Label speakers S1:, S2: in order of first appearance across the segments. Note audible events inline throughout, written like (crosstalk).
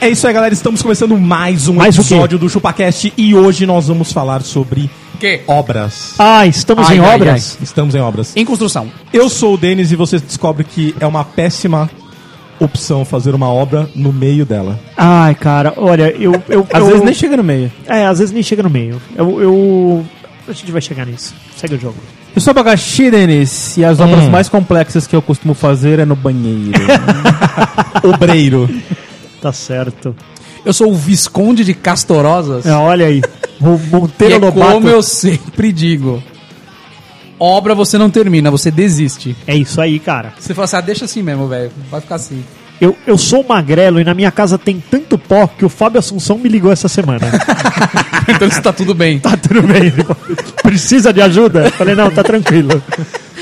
S1: É isso aí, galera. Estamos começando mais um
S2: Mais o quê?
S1: episódio do ChupaCast e hoje nós vamos falar sobre obras.
S2: Ah, estamos
S3: Ai,
S2: em
S3: ai,
S2: obras?
S1: Estamos em obras.
S2: Em construção.
S1: Eu sou o Denis e você descobre que é uma péssima opção fazer uma obra no meio dela.
S2: (laughs) Ai, cara, olha, eu. eu
S3: Às
S2: eu-
S3: vezes nem chega no meio.
S2: É, às vezes nem chega no meio. Eu, eu- A gente vai chegar nisso. Segue o jogo.
S3: Eu sou abacaxi, Denis, e as obras mais complexas que eu costumo fazer é no (laughs) banheiro.
S1: Obreiro.
S2: Tá certo.
S4: Eu sou o Visconde de Castorosas.
S2: É, olha aí. O
S4: e
S2: Monteiro
S4: é
S2: Lobato.
S4: como eu sempre digo. Obra você não termina, você desiste.
S2: É isso aí, cara.
S4: Você fala assim, ah, deixa assim mesmo, velho. Vai
S2: (laughs)
S4: ficar assim.
S2: Eu, eu sou magrelo e na minha casa tem tanto pó que o Fábio Assunção me ligou essa semana.
S4: Então isso tá tudo bem.
S2: tá tudo bem. Ele falou, Precisa de ajuda? Eu falei, não, tá tranquilo.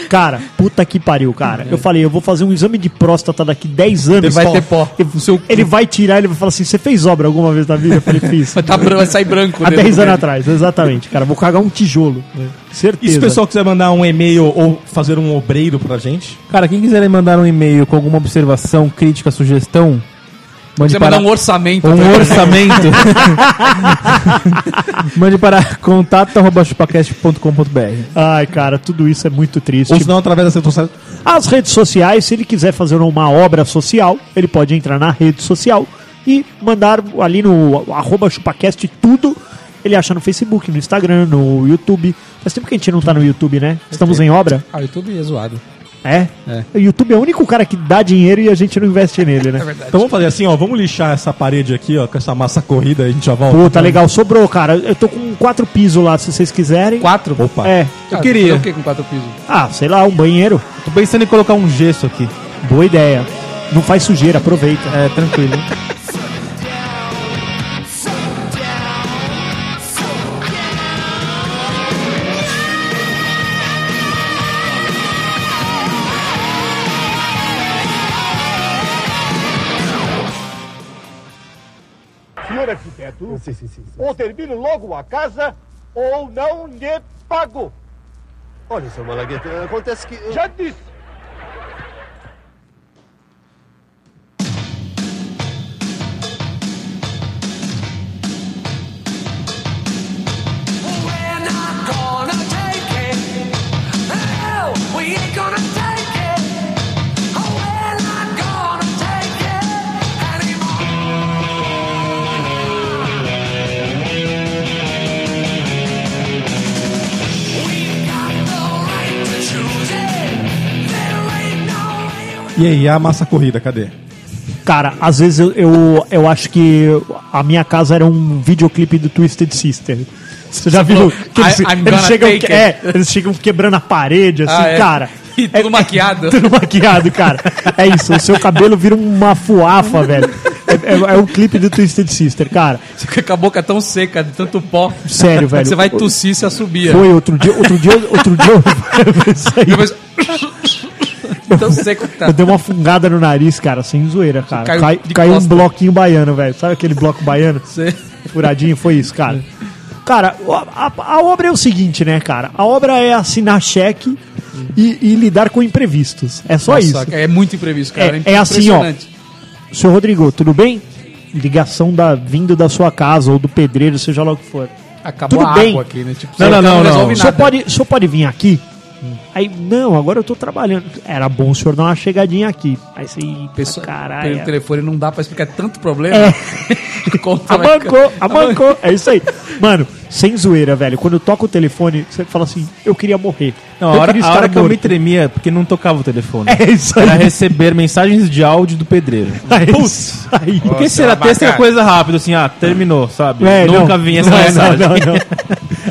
S2: Cara, puta que pariu, cara. Eu falei, eu vou fazer um exame de próstata daqui 10 anos.
S4: Você vai
S2: Pó.
S4: ter pó. O seu
S2: Ele vai tirar, ele vai falar assim: você fez obra alguma vez na vida? Eu falei, fiz.
S4: vai, tá bran- vai sair branco.
S2: Há
S4: dentro
S2: 10
S4: dele.
S2: anos atrás, exatamente, cara. Vou cagar um tijolo. né?
S1: E
S2: Certeza.
S1: se o pessoal quiser mandar um e-mail ou fazer um obreiro pra gente,
S3: Cara, quem quiser mandar um e-mail com alguma observação, crítica, sugestão, mande
S4: Você vai
S3: para
S4: mandar um orçamento.
S3: um orçamento. (laughs) mande para contato.chupacast.com.br.
S2: Ai, cara, tudo isso é muito triste.
S1: ou se não através das redes sociais.
S2: As redes sociais, se ele quiser fazer uma obra social, ele pode entrar na rede social e mandar ali no arroba chupacast tudo. Ele acha no Facebook, no Instagram, no YouTube. Faz tempo que a gente não tá no YouTube, né? Estamos em obra.
S4: Ah, eu tô meio zoado.
S2: É?
S4: É.
S2: O YouTube é o único cara que dá dinheiro e a gente não investe nele, né?
S1: Então vamos fazer assim, ó, vamos lixar essa parede aqui, ó, com essa massa corrida, a gente já volta.
S2: Pô, tá legal, sobrou, cara. Eu tô com quatro pisos lá, se vocês quiserem.
S4: Quatro?
S1: Opa.
S2: É.
S4: Cara,
S3: eu queria.
S4: Ah, fazer o que com quatro pisos?
S2: Ah, sei lá, um banheiro.
S3: Tô pensando em colocar um gesso aqui.
S2: Boa ideia. Não faz sujeira, aproveita.
S3: É, tranquilo.
S5: senhor arquiteto, ou termine logo a casa, ou não lhe pago.
S6: Olha, seu Malagueta, acontece que.
S5: Já disse.
S7: We're not gonna take it. No, we ain't gonna take it. Oh, we're not gonna take it anymore. We got the right to choose it. There ain't no way we
S1: E aí, a massa corrida, cadê?
S2: Cara, às vezes eu, eu, eu acho que a minha casa era um videoclipe do Twisted Sister. Você já viu?
S4: falou,
S2: que eles,
S4: "I- I'm
S2: eles
S4: gonna
S2: chegam,
S4: take
S2: que-
S4: it."
S2: é, eles chegam quebrando a parede, assim,
S4: Ah, é.
S2: cara.
S4: (laughs) E tudo
S2: É- (laughs)
S4: maquiado. (laughs)
S2: tudo maquiado, cara. É isso, o seu cabelo vira uma fuafa, velho. É, é, é um clipe do Twisted Sister, cara.
S4: Você fica com a boca tão seca, de tanto pó.
S2: Sério, velho.
S4: Você vai tossir se assobia.
S2: Foi outro dia, outro dia, outro dia. eu- (laughs) Isso aí.
S4: Depois... (laughs) tão seco que tá.
S2: Eu dei uma fungada no nariz, cara, sem zoeira, cara. Cai-
S4: Caiu
S2: Caiu,
S4: de
S2: um
S4: costa.
S2: bloquinho baiano, velho. Sabe aquele bloco baiano?
S4: Você-
S2: Furadinho, foi isso, cara. Cara, a, a- a obra é o seguinte, né, cara? A obra é assinar cheque e, e lidar com imprevistos. É só isso.
S4: Nossa, É muito imprevisto, cara.
S2: É- é assim, ó.
S4: impressionante.
S2: Senhor Rodrigo, tudo bem? Ligação da, vindo da sua casa ou do pedreiro, seja lá o que for.
S4: Acabou
S2: Tudo
S4: a
S2: bem.
S4: água aqui, né? Tipo,
S3: Não,
S4: você
S3: não, não, não.
S4: resolve
S2: O senhor
S4: nada.
S2: pode, o senhor pode vir aqui? Aí, não, agora eu tô trabalhando. Era bom o senhor dar uma chegadinha aqui. Aí você, eita,
S4: Pessoa,
S2: caralho. É.
S4: Pelo telefone não dá pra explicar É tanto problema. (laughs)
S2: Ah,
S4: Conta vai
S2: Abancou,
S4: ficar-
S2: abancou. É isso aí. Mano, sem zoeira, velho. Quando eu toco o telefone, você fala assim, eu queria morrer. eu
S3: Não, a hora,
S2: queria
S3: a
S2: estar
S3: hora que eu me
S2: morto."
S3: tremia, é porque não tocava o telefone.
S2: (laughs) É isso
S3: (laughs) Era
S2: aí.
S3: receber mensagens de áudio do pedreiro.
S2: É isso (laughs) aí.
S3: Por que será? Texto era coisa rápida, assim, ah, terminou, sabe?
S2: É, não.
S3: Nunca vinha essa
S2: Não,
S3: mensagem.
S2: não, não, não.
S3: (laughs)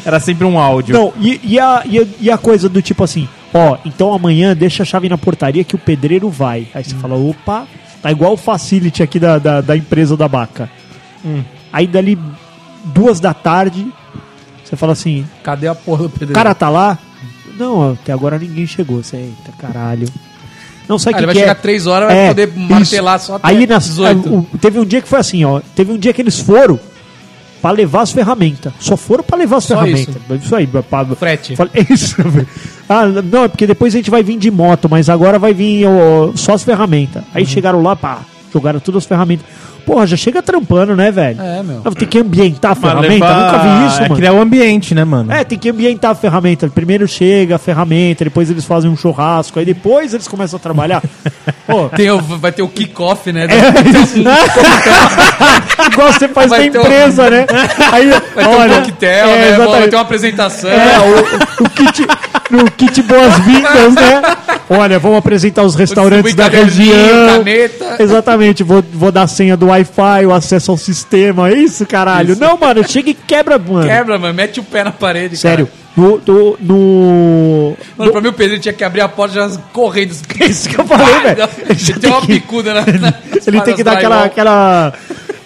S3: Era sempre um áudio.
S2: Não, e, e a, e, a, e a coisa do tipo assim, ó, então amanhã deixa a chave na portaria que o pedreiro vai. Aí você fala, opa, tá igual o facility aqui da, da, da empresa da Baca. Aí dali duas da tarde, você fala assim,
S4: Cadê a porra do pedreiro?
S2: o cara tá lá? Não, até agora ninguém chegou. Você, eita, caralho. Não, sabe o
S4: Ah,
S2: que
S4: ele vai
S2: que
S4: chegar
S2: é?
S4: três horas, vai poder martelar só até
S2: Aí nas,
S4: 18.
S2: o- teve um dia que foi assim, ó. Teve um dia que eles foram pra levar as ferramentas. Só foram pra levar as
S4: Só
S2: ferramentas. Isso, aí, pra,
S4: Frete.
S2: Falei, é (laughs) isso, velho. Ah, não, é porque depois a gente vai vir de moto, mas agora vai vir ó, só as ferramentas. Aí
S4: Uhum.
S2: chegaram lá, pá, jogaram todas as ferramentas. Porra, já chega trampando, né, velho?
S4: É, meu.
S2: Não, tem que ambientar a
S3: Mas
S2: ferramenta.
S3: levar-
S2: Nunca vi isso,
S3: é
S2: mano.
S3: criar o ambiente, né, mano?
S2: É, tem que ambientar a ferramenta. Primeiro chega a ferramenta, depois eles fazem um churrasco, aí depois eles começam a trabalhar.
S4: (laughs)
S2: Pô,
S4: Tem o- vai ter o kick-off, né?
S2: É. igual você faz na
S4: Vai ter um-
S2: empresa, né? Aí,
S4: Vai ter um coquetel,
S2: é,
S4: né?
S2: exatamente.
S4: Vai ter uma né? apresentação.
S2: É, o, o kit, no kit boas-vindas, né? Olha, vamos apresentar os restaurantes da
S4: distribuidor de
S2: região.
S4: caneta.
S2: Exatamente, vou, vou dar a senha do Wi-Fi, o acesso ao sistema. É isso, caralho. Não, mano, chega e quebra, mano.
S4: Quebra, mano. Mete o pé na parede, cara.
S2: Sério. No, no, no-
S4: Mano, pra mim o Pedro tinha que abrir a porta já correndo.
S2: (laughs) É isso que eu falei, velho.
S4: Ele tem uma bicuda na, na
S2: Ele tem que dar aquela,
S4: nas-
S2: aquela,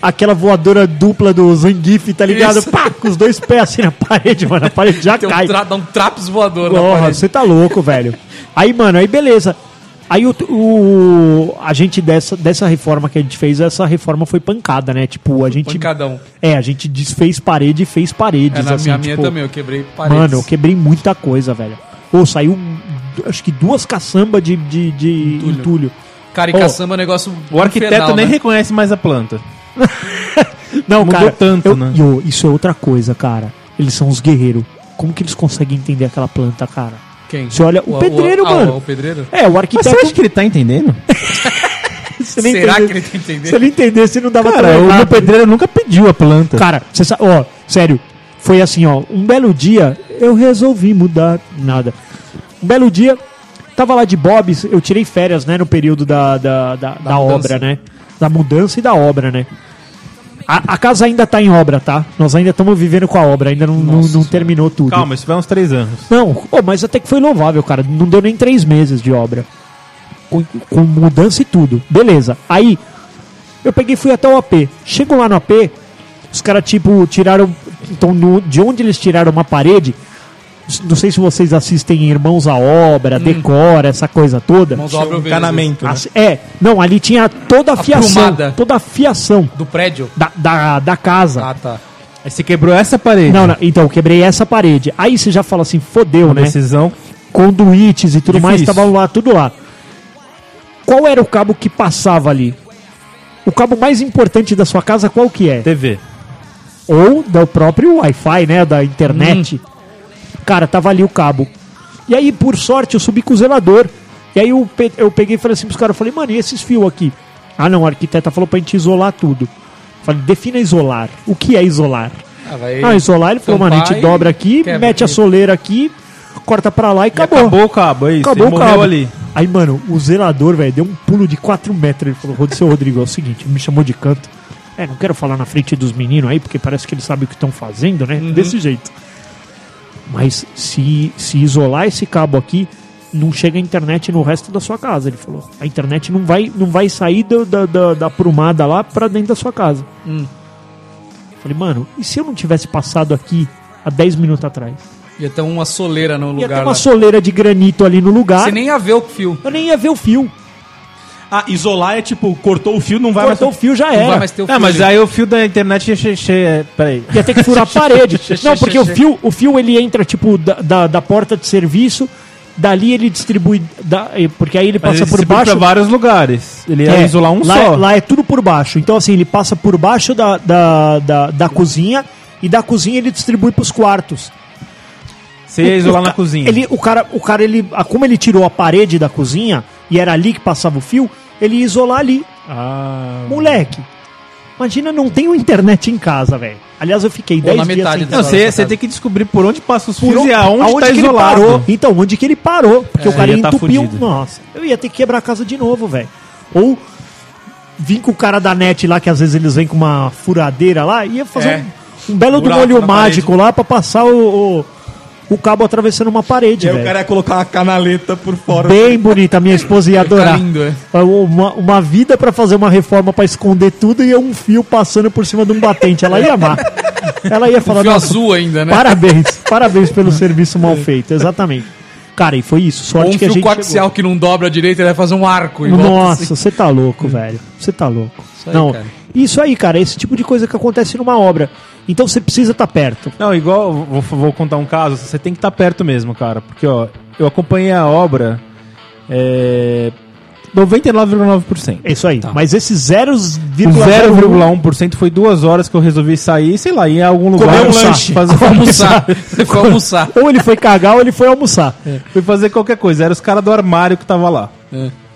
S2: aquela voadora dupla do Zangief, tá ligado?
S4: Isso.
S2: Pá, com os dois pés assim na parede, mano. A parede já
S4: Tem um
S2: cai.
S4: tra- dá um traps voador na
S2: Porra,
S4: parede.
S2: você tá louco, velho. Aí, mano, aí beleza. Aí o, o- a gente dessa, dessa reforma que a gente fez, essa reforma foi pancada, né? Tipo, a gente
S4: Pancadão.
S2: é, a gente desfez parede e fez
S4: É,
S2: paredes
S4: na
S2: assim,
S4: minha, minha
S2: tipo,
S4: também, eu quebrei paredes.
S2: Mano, eu quebrei muita coisa, velho. Pô, saiu acho que duas caçambas de, de, de entulho.
S4: Entulho. Cara, e
S2: Ô,
S4: caçamba é um negócio
S3: O arquiteto
S4: infernal,
S3: nem
S4: né?
S3: reconhece mais a planta.
S2: tá Não,
S3: Mudou
S2: cara,
S3: tanto,
S2: eu-
S3: né?
S2: e, ô, isso é outra coisa, cara. Eles são os guerreiros. Como que eles conseguem entender aquela planta, cara?
S4: Quem?
S2: Você olha, o pedreiro,
S4: ah,
S2: mano.
S4: o pedreiro?
S2: É, o
S3: Mas você acha
S2: arquiteto.
S3: que ele tá entendendo?
S2: você nem
S4: Será
S2: entendeu.
S4: que ele tá entendendo?
S2: Se ele entendesse, não dava
S3: Cara,
S2: tão
S3: o meu
S2: Tá errado.
S3: pedreiro nunca pediu a planta.
S2: Cara, você sabe, ó, sério, foi assim, ó, um belo dia, eu resolvi mudar, nada. Um belo dia, tava lá de Bob's, eu tirei férias, né, no período da, da, da, da obra, né? Da mudança e da obra, né? A, a casa ainda tá em obra, tá? Nós ainda estamos vivendo com a obra, ainda não, não- não terminou tudo.
S3: Calma, isso vai uns três anos.
S2: Não, ô, mas até que foi louvável, cara. Não deu nem três meses de obra. Com, com mudança e tudo. Beleza. Aí, eu peguei e fui até o AP. Chego lá no AP, os caras, tipo, tiraram. Então, no- de onde eles tiraram uma parede. s- Não sei se vocês assistem Irmãos à Obra, Decora, essa coisa toda.
S4: Mãos Hum. à obra, eu vejo,
S1: encanamento. né?
S2: As- é, não, ali tinha toda a fiação.
S4: prumada.
S2: Toda a fiação
S4: Do prédio?
S2: da, da, da casa.
S4: Ah, tá.
S3: Aí você quebrou essa parede.
S2: Não, não, então, eu quebrei essa parede. Aí você já fala assim, fodeu,
S3: Uma
S2: né?
S3: decisão.
S2: conduítes e tudo
S3: Difícil.
S2: mais, estava lá, tudo lá. Qual era o cabo que passava ali? O cabo mais importante da sua casa, qual que é?
S3: TV.
S2: Ou do próprio Wi-Fi, né? Da internet. Cara, tava ali o cabo. E aí, por sorte, eu subi com o zelador. E aí eu, pe- eu peguei e falei assim pros caras, eu falei, mano, e esses fios aqui? Ah não, a arquiteta falou pra gente isolar tudo. Eu Falei, defina isolar. O que é isolar?
S4: Ah, vai.
S2: Ah, isolar, ele falou, mano, a gente
S4: tampar e
S2: dobra aqui,
S4: quebra
S2: mete a
S4: aqui.
S2: soleira aqui, corta pra lá e acabou.
S3: Acabou o cabo, é isso.
S2: Acabou
S3: ele
S2: o
S3: morreu
S2: cabo.
S3: ali.
S2: Aí, mano, o zelador, velho, deu um pulo de 4 metros. Ele falou, Rod- seu Rodrigo, é o seguinte, me chamou de canto. É, não quero falar na frente dos meninos aí, porque parece que eles sabem o que estão fazendo, né?
S4: Uhum.
S2: Desse jeito. Mas se, se isolar esse cabo aqui, não chega a internet no resto da sua casa, ele falou. A internet não vai, não vai sair do- da, da, da prumada lá pra dentro da sua casa.
S4: Hum.
S2: Falei, mano, e se eu não tivesse passado aqui há 10 minutos atrás?
S4: Ia ter uma soleira no
S2: Ia ter
S4: lugar
S2: uma
S4: lá.
S2: soleira de granito ali no lugar.
S4: Você nem ia ver o fio.
S2: Eu nem ia ver o fio.
S1: Ah, isolar é tipo, cortou o fio, não vai
S2: Cortou o
S1: mais...
S2: fio já
S4: Não
S2: era.
S4: vai mais ter o fio.
S3: Ah, mas
S4: ali.
S3: aí o fio da internet ia che- che- é, Peraí.
S2: Ia ter que
S3: (laughs)
S2: furar a parede. Não, porque o fio, o fio ele entra tipo da, da, da porta de serviço, dali ele distribui. da- eh, porque aí ele
S3: Mas
S2: passa
S3: ele
S2: por
S3: distribui
S2: baixo.
S3: pra vários lugares. Ele ia
S2: É,
S3: isolar um
S2: lá,
S3: só.
S2: Lá é tudo por baixo. Então, assim, ele passa por baixo da, da, da, da cozinha e da cozinha ele distribui pros quartos.
S3: Você ia isolar
S2: o ca-
S3: na cozinha.
S2: é (laughs) Ele, o cara, o cara ele, ah, como ele tirou a parede da cozinha e era ali que passava o fio, ele ia isolar ali.
S3: Ah.
S2: Moleque, imagina, não tenho internet em casa, velho. Aliás, eu fiquei
S4: Ou
S2: 10
S4: na
S2: dias
S4: metade
S2: sem
S4: da
S3: Não,
S4: Isolar
S3: você,
S4: essa
S3: você
S4: casa.
S3: tem que descobrir por onde passa os
S2: Por
S3: furos
S2: onde-
S3: e aonde,
S2: aonde
S3: tá
S2: que ele
S3: isolado.
S2: parou. Então, onde que ele parou? Porque o
S3: É,
S2: cara
S3: ia tá
S2: entupiu.
S3: fudido.
S2: Nossa, eu ia ter que quebrar a casa de novo, velho. Ou vim com o cara da net lá, que às vezes eles vêm com uma furadeira lá, ia fazer
S3: É.
S2: um, um belo do
S3: Buraco
S2: molho
S3: na
S2: mágico lá pra passar o, o, o cabo atravessando uma parede,
S1: E
S3: É,
S1: aí
S2: velho.
S1: o cara ia colocar uma canaleta por fora.
S2: Bem bonita, minha esposa ia
S4: Vai ficar
S2: adorar.
S4: lindo, é.
S2: Uma, uma vida pra fazer uma reforma pra esconder tudo e um fio passando por cima de um batente. Ela ia amar. Ela ia falar.
S4: Fio
S2: "Nossa,
S4: azul ainda, né?
S2: Parabéns, parabéns pelo serviço mal feito, exatamente. Cara, e foi isso.
S4: Ou
S2: Sorte
S4: um
S2: que a
S4: fio
S2: gente.
S4: coaxial que não dobra direito, ele vai fazer um arco. e
S2: chegou.
S4: volta
S2: Nossa,
S4: assim.
S2: você tá louco, velho. Você tá louco.
S4: Isso aí,
S2: Não,
S4: cara.
S2: isso aí, cara, esse tipo de coisa que acontece numa obra. Então você precisa estar perto.
S3: Não, igual, vou, vou contar um caso, você tem que estar perto mesmo, cara. Porque, ó, eu acompanhei a obra é, 99,9%.
S2: É isso aí.
S4: Tá.
S2: Mas esse
S3: O
S2: 0,01
S3: 0,1% foi duas horas que eu resolvi sair, sei lá, ir a algum lugar.
S2: Comer um
S3: almoçar,
S2: lanche.
S3: Fazer,
S2: (laughs)
S4: Foi almoçar. Você foi almoçar.
S2: ou ele foi cagar ou ele foi almoçar.
S4: É.
S3: (laughs) fui fazer qualquer coisa. Era os caras do armário que tava lá.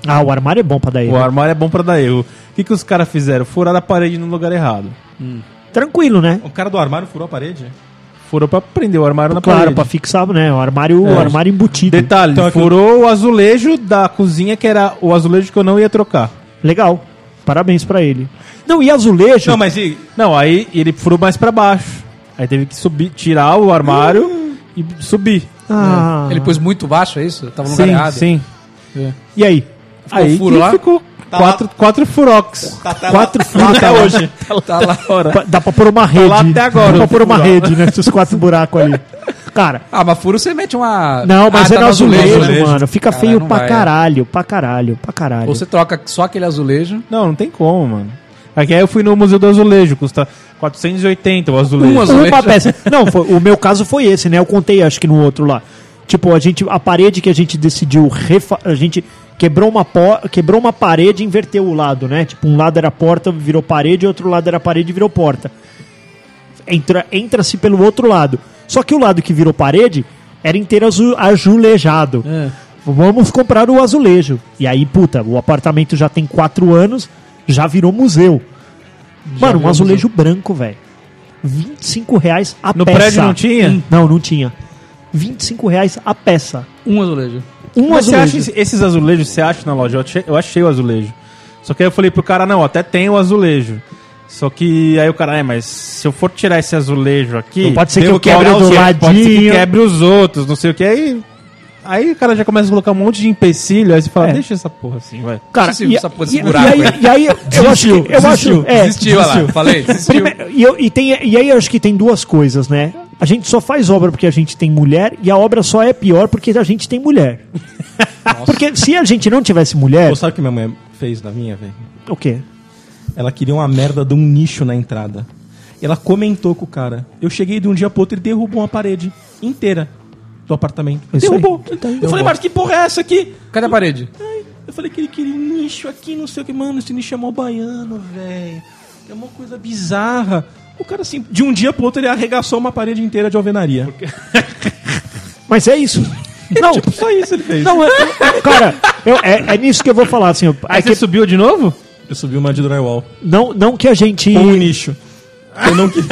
S2: Ah, o armário é bom pra dar
S3: O
S2: erro.
S3: armário é bom pra dar erro. O que, que os caras fizeram? Furaram a parede no lugar errado.
S2: Tranquilo, né?
S1: O cara do armário furou a parede?
S3: Furou pra prender o armário na
S2: Claro,
S3: parede.
S2: pra fixar, né? O armário, o armário embutido.
S3: Detalhe,
S1: Então, aquilo-
S3: furou o azulejo da cozinha, que era o azulejo que eu não ia trocar.
S2: Legal. Parabéns pra ele. Não, e azulejo?
S1: Não, mas e.
S3: Não, aí ele furou mais pra baixo. Aí teve que subir, tirar o armário e subir.
S2: Ah.
S4: Ele pôs muito baixo, é isso? Tava no lugar errado.
S3: sim.
S2: E aí?
S4: Ficou
S3: Aí
S4: furo
S3: que
S4: lá?
S3: ficou quatro, quatro furox.
S2: É. Quatro furos até hoje.
S4: Tá lá.
S2: Pa- Dá pra pôr uma rede.
S3: lá até agora,
S2: Dá pra
S3: o
S2: pôr uma
S3: furo.
S2: rede, né? Esses quatro buracos ali. Cara,
S4: Ah, mas furo você mete uma.
S2: não, mas
S4: Ah,
S2: é
S4: tá
S2: no azulejo,
S1: azulejo.
S2: mano. Fica
S4: Cara,
S2: feio
S4: não
S2: pra
S4: vai, é.
S2: caralho, pra caralho, pra caralho.
S4: Ou você troca só aquele azulejo.
S3: Não, não tem como, mano. Aqui aí eu fui no Museu do Azulejo, custa 480 o azulejo.
S4: Um azu-
S2: Uma
S4: azulejo.
S2: peça. Não, foi- o meu caso foi esse, né? Eu contei, acho que no outro lá. Tipo, a gente, a parede que a gente decidiu refa a gente quebrou uma po- quebrou uma parede, e inverteu o lado, né? Tipo, um lado era porta, virou parede, outro lado era parede, e virou porta. Entra entra-se pelo outro lado. Só que o lado que virou parede era inteiro azu- azulejado. Vamos comprar o azulejo. E aí, puta, o apartamento já tem quatro anos, já virou museu. Mano, um azulejo branco, velho. 25 reais a
S3: No
S2: peça.
S3: prédio não tinha?
S2: Hum, Não, não tinha. 25 reais a peça.
S4: Um azulejo.
S2: Um
S3: Mas você acha
S2: azulejo.
S3: esse- esses azulejos, você acha na loja? Eu achei, eu achei o azulejo. Só que aí eu falei pro cara, não, até tem o azulejo. Só que aí o cara, é, mas se eu for tirar esse azulejo aqui.
S2: Não pode ser que
S3: devo
S2: eu quebre
S3: quebrar
S2: do
S3: os- Pode ser que
S2: ladinho.
S3: quebre os outros, não sei o que. Aí, aí o cara já começa a colocar um monte de empecilho. Aí você fala,
S2: É.
S3: deixa essa porra assim, vai.
S2: Cara,
S4: Esse-
S2: e,
S4: essa porra desse
S2: e-
S4: buraco
S2: e aí,
S4: aí.
S2: e aí eu acho que- eu acho, é,
S4: desistiu, olha lá. Falei, desistiu.
S2: Prime- E, eu- e tem, e aí eu acho que tem duas coisas, né? A gente só faz obra porque a gente tem mulher e a obra só é pior porque a gente tem
S4: (laughs)
S2: mulher. porque se a gente não tivesse mulher,
S1: Pô, É, sabe o que minha mãe fez na minha, velho?
S2: o quê?
S1: Ela queria uma merda de um nicho na entrada. Ela comentou com o cara. Eu cheguei de um dia pro outro e derrubou uma parede inteira do apartamento.
S2: Isso
S1: derrubou.
S2: aí.
S1: Eu falei, mas que porra é essa aqui?
S4: Cadê a parede?
S1: Ai, Eu falei que ele queria um nicho aqui, não sei o que. Mano, esse nicho é mó baiano, velho. É uma coisa bizarra. O cara, assim, de um dia pro outro, ele arregaçou uma parede inteira de alvenaria.
S2: Mas é isso. Não,
S1: Só isso ele fez.
S2: não, é- cara, eu- é, é nisso que eu vou falar, assim. ó, É
S3: Aí
S2: que,
S3: você subiu de novo?
S1: Eu subi uma de drywall.
S2: não, não que a gente.
S1: Ou um nicho. Eu não quis.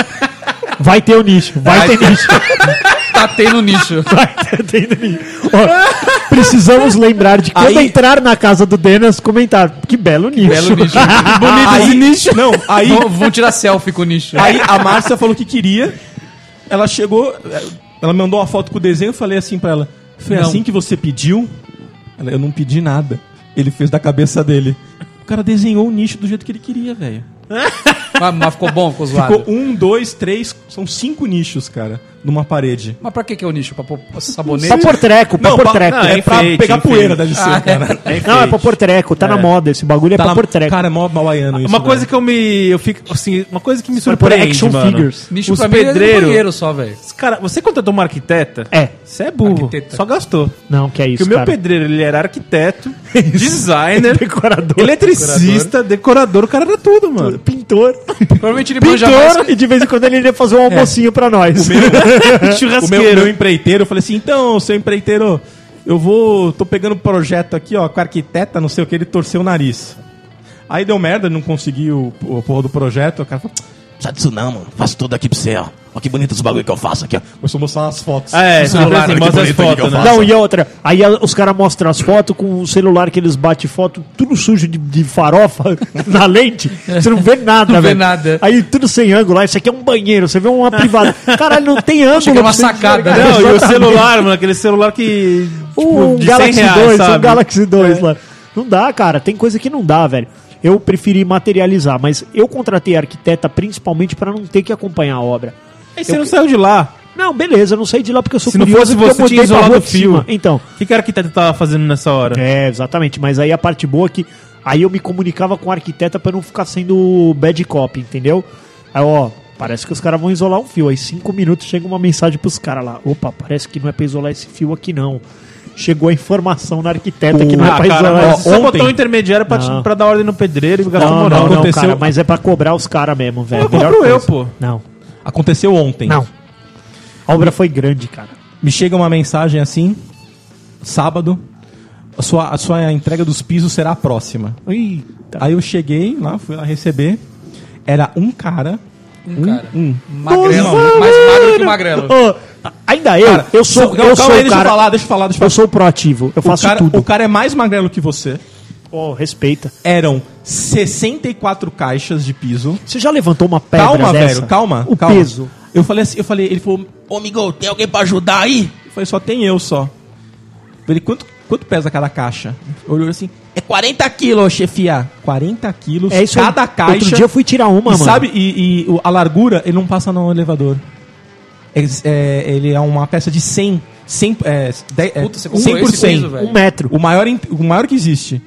S2: Vai ter o nicho, vai ter nicho. (laughs)
S4: Tá tendo nicho.
S2: Ó, precisamos lembrar de quando
S1: Aí-
S2: entrar na casa do Denas, comentar. Que belo nicho. (laughs)
S4: Belo nicho.
S1: Bonito esse nicho. Não, aí,
S4: Vão, vão tirar selfie com o nicho.
S1: aí a Márcia falou que queria. Ela chegou, ela mandou uma foto com o desenho. Eu falei assim pra ela: Foi
S4: Não.
S1: assim que você pediu? Ela, eu não pedi nada. Ele fez da cabeça dele. O cara desenhou o nicho do jeito que ele queria, velho.
S4: Mas, mas ficou bom, ficou zoado.
S1: Ficou um, dois, três, são cinco nichos, cara, numa parede.
S4: Mas pra que que é o nicho? Pra pôr sabonete?
S2: Pra pôr treco, pra pôr
S1: pra-
S2: treco.
S1: não, é pra
S3: enfeite,
S1: pegar
S3: enfeite. Ah,
S1: poeira da licença, cara.
S2: Não, é pra pôr treco, tá na moda. Esse bagulho é
S1: Tá
S2: pra
S1: na-
S2: pôr treco.
S1: Cara, é mó baiano isso.
S3: Uma coisa
S1: velho.
S3: que eu me. Eu fico. Assim, uma coisa que me
S2: Pra pôr
S3: surpreende.
S2: action
S3: mano.
S2: figures.
S4: Nicho
S3: Os
S4: pra mim é no
S3: pedreiros.
S4: banheiro só, velho.
S3: Cara, você contratou uma arquiteta?
S2: É.
S3: Você é burro.
S4: Arquiteta.
S3: Só gastou.
S2: Não, que é
S3: Porque
S2: isso,
S3: o meu
S2: cara.
S3: pedreiro, ele
S1: (laughs)
S3: era arquiteto, designer,
S2: Decorador.
S3: eletricista, decorador, o cara era tudo, mano.
S2: Pintor.
S4: Provavelmente ele manja mais. É.
S2: Pintor. E de vez em quando ele ia fazer um almocinho pra nós. (laughs)
S4: (laughs)
S1: o meu, meu empreiteiro, eu falei assim, então, seu empreiteiro, eu vou, tô pegando um projeto aqui, ó, com a arquiteta, não sei o que, ele torceu o nariz. Aí deu merda, não consegui o, o porra do projeto, o cara falou, precisa disso não, mano, faço tudo aqui pra você, ó. Ó que bonito os bagulho que eu faço aqui, ó. Começou a mostrar umas fotos.
S3: Ah, é,
S1: Do
S3: você
S1: celular,
S3: mostra-
S1: olha que
S3: mostra as
S1: bonito aqui que eu
S3: fotos, né?
S1: faço.
S2: Não, e outra. Aí a- os caras mostram as fotos com o celular que eles batem foto, tudo sujo de, de farofa (laughs) na lente. Você não vê nada,
S4: Não vê
S2: velho.
S4: nada.
S2: Aí tudo sem ângulo. Aí isso aqui é um banheiro, você vê
S4: (laughs)
S2: uma privada. Caralho, não tem ângulo.
S4: que é uma
S2: pra você
S4: sacada,
S2: enxergar.
S4: né?
S3: Não, e o
S2: Exatamente.
S3: celular, mano, aquele celular que.
S4: tipo,
S3: tipo,
S2: um
S3: de 100
S2: Galaxy
S3: reais,
S2: 2, um
S3: sabe?
S2: Galaxy 2
S4: É.
S2: lá. Não dá, cara. Tem coisa que não dá, velho. Eu preferi materializar, mas eu contratei arquiteta principalmente pra não ter que acompanhar a obra.
S3: Aí você não saiu de lá.
S2: Não, beleza, eu não saí de lá porque eu sou
S3: Se não fosse
S2: porque eu
S3: você, tinha
S2: mudei pra
S3: isolado
S2: rua
S3: o
S2: de
S3: fio.
S2: cima. Então,
S3: O que, que o arquiteto tava fazendo nessa hora?
S2: é, exatamente. Mas aí a parte boa é que aí eu me comunicava com o arquiteta pra não ficar sendo bad cop, entendeu? Aí, ó, parece que os caras vão isolar um fio. Aí cinco minutos chega uma mensagem pros caras lá. Opa, parece que não é pra isolar esse fio aqui, não. Chegou a informação na arquiteta que não
S3: Ah,
S2: é pra isolar
S3: mas
S2: esse
S3: você
S2: fio.
S3: só botou um intermediário pra,
S2: Não.
S3: pra dar ordem no pedreiro e gastar
S2: Não,
S3: moral.
S2: não, não,
S1: aconteceu-
S2: cara, mas é pra cobrar os caras mesmo, velho.
S3: Eu
S2: Melhor
S3: compro É eu,
S2: coisa.
S3: pô.
S2: Não,
S1: Aconteceu ontem.
S2: não. A obra foi grande, cara.
S1: Me chega uma mensagem assim, sábado, a sua, a sua entrega dos pisos será a próxima.
S2: Eita.
S1: Aí eu cheguei lá, fui lá receber, era um cara,
S4: Um cara.
S1: um...
S4: Magrelo. né?
S2: Nossa,
S4: mais magro que
S2: mano.
S4: magrelo.
S2: Ô, ainda eu,
S1: Cara,
S2: eu
S1: só-
S2: sou, eu sou
S1: calma aí,
S2: o
S1: deixa eu
S2: cara,
S1: falar, deixa eu falar, deixa eu falar.
S2: eu sou proativo, eu faço
S1: o cara,
S2: tudo.
S1: O cara é mais magrelo que você.
S2: Pô, respeita.
S1: Eram 64 caixas de piso.
S2: Você já levantou uma pedra
S1: calma,
S2: dessa?
S1: velho, calma.
S2: O
S1: calma.
S2: peso.
S1: Eu falei assim, eu falei, ele falou, ô amigo, tem alguém pra ajudar aí? Eu falei, só tem eu só. Eu Falei, quanto, quanto pesa cada caixa? Olhou assim, é 40 quilos, chefia. 40 quilos,
S2: É isso aí.
S1: cada caixa.
S2: Outro dia eu fui tirar uma,
S1: e
S2: mano.
S1: sabe, e, e o- a largura, ele não passa no elevador. É- é- ele é uma peça de 100. 100, é, de- é,
S4: Puta, você comprou
S1: 100 por
S4: esse
S1: 100.
S4: peso, velho?
S2: Um metro.
S1: O maior, em- o maior que existe.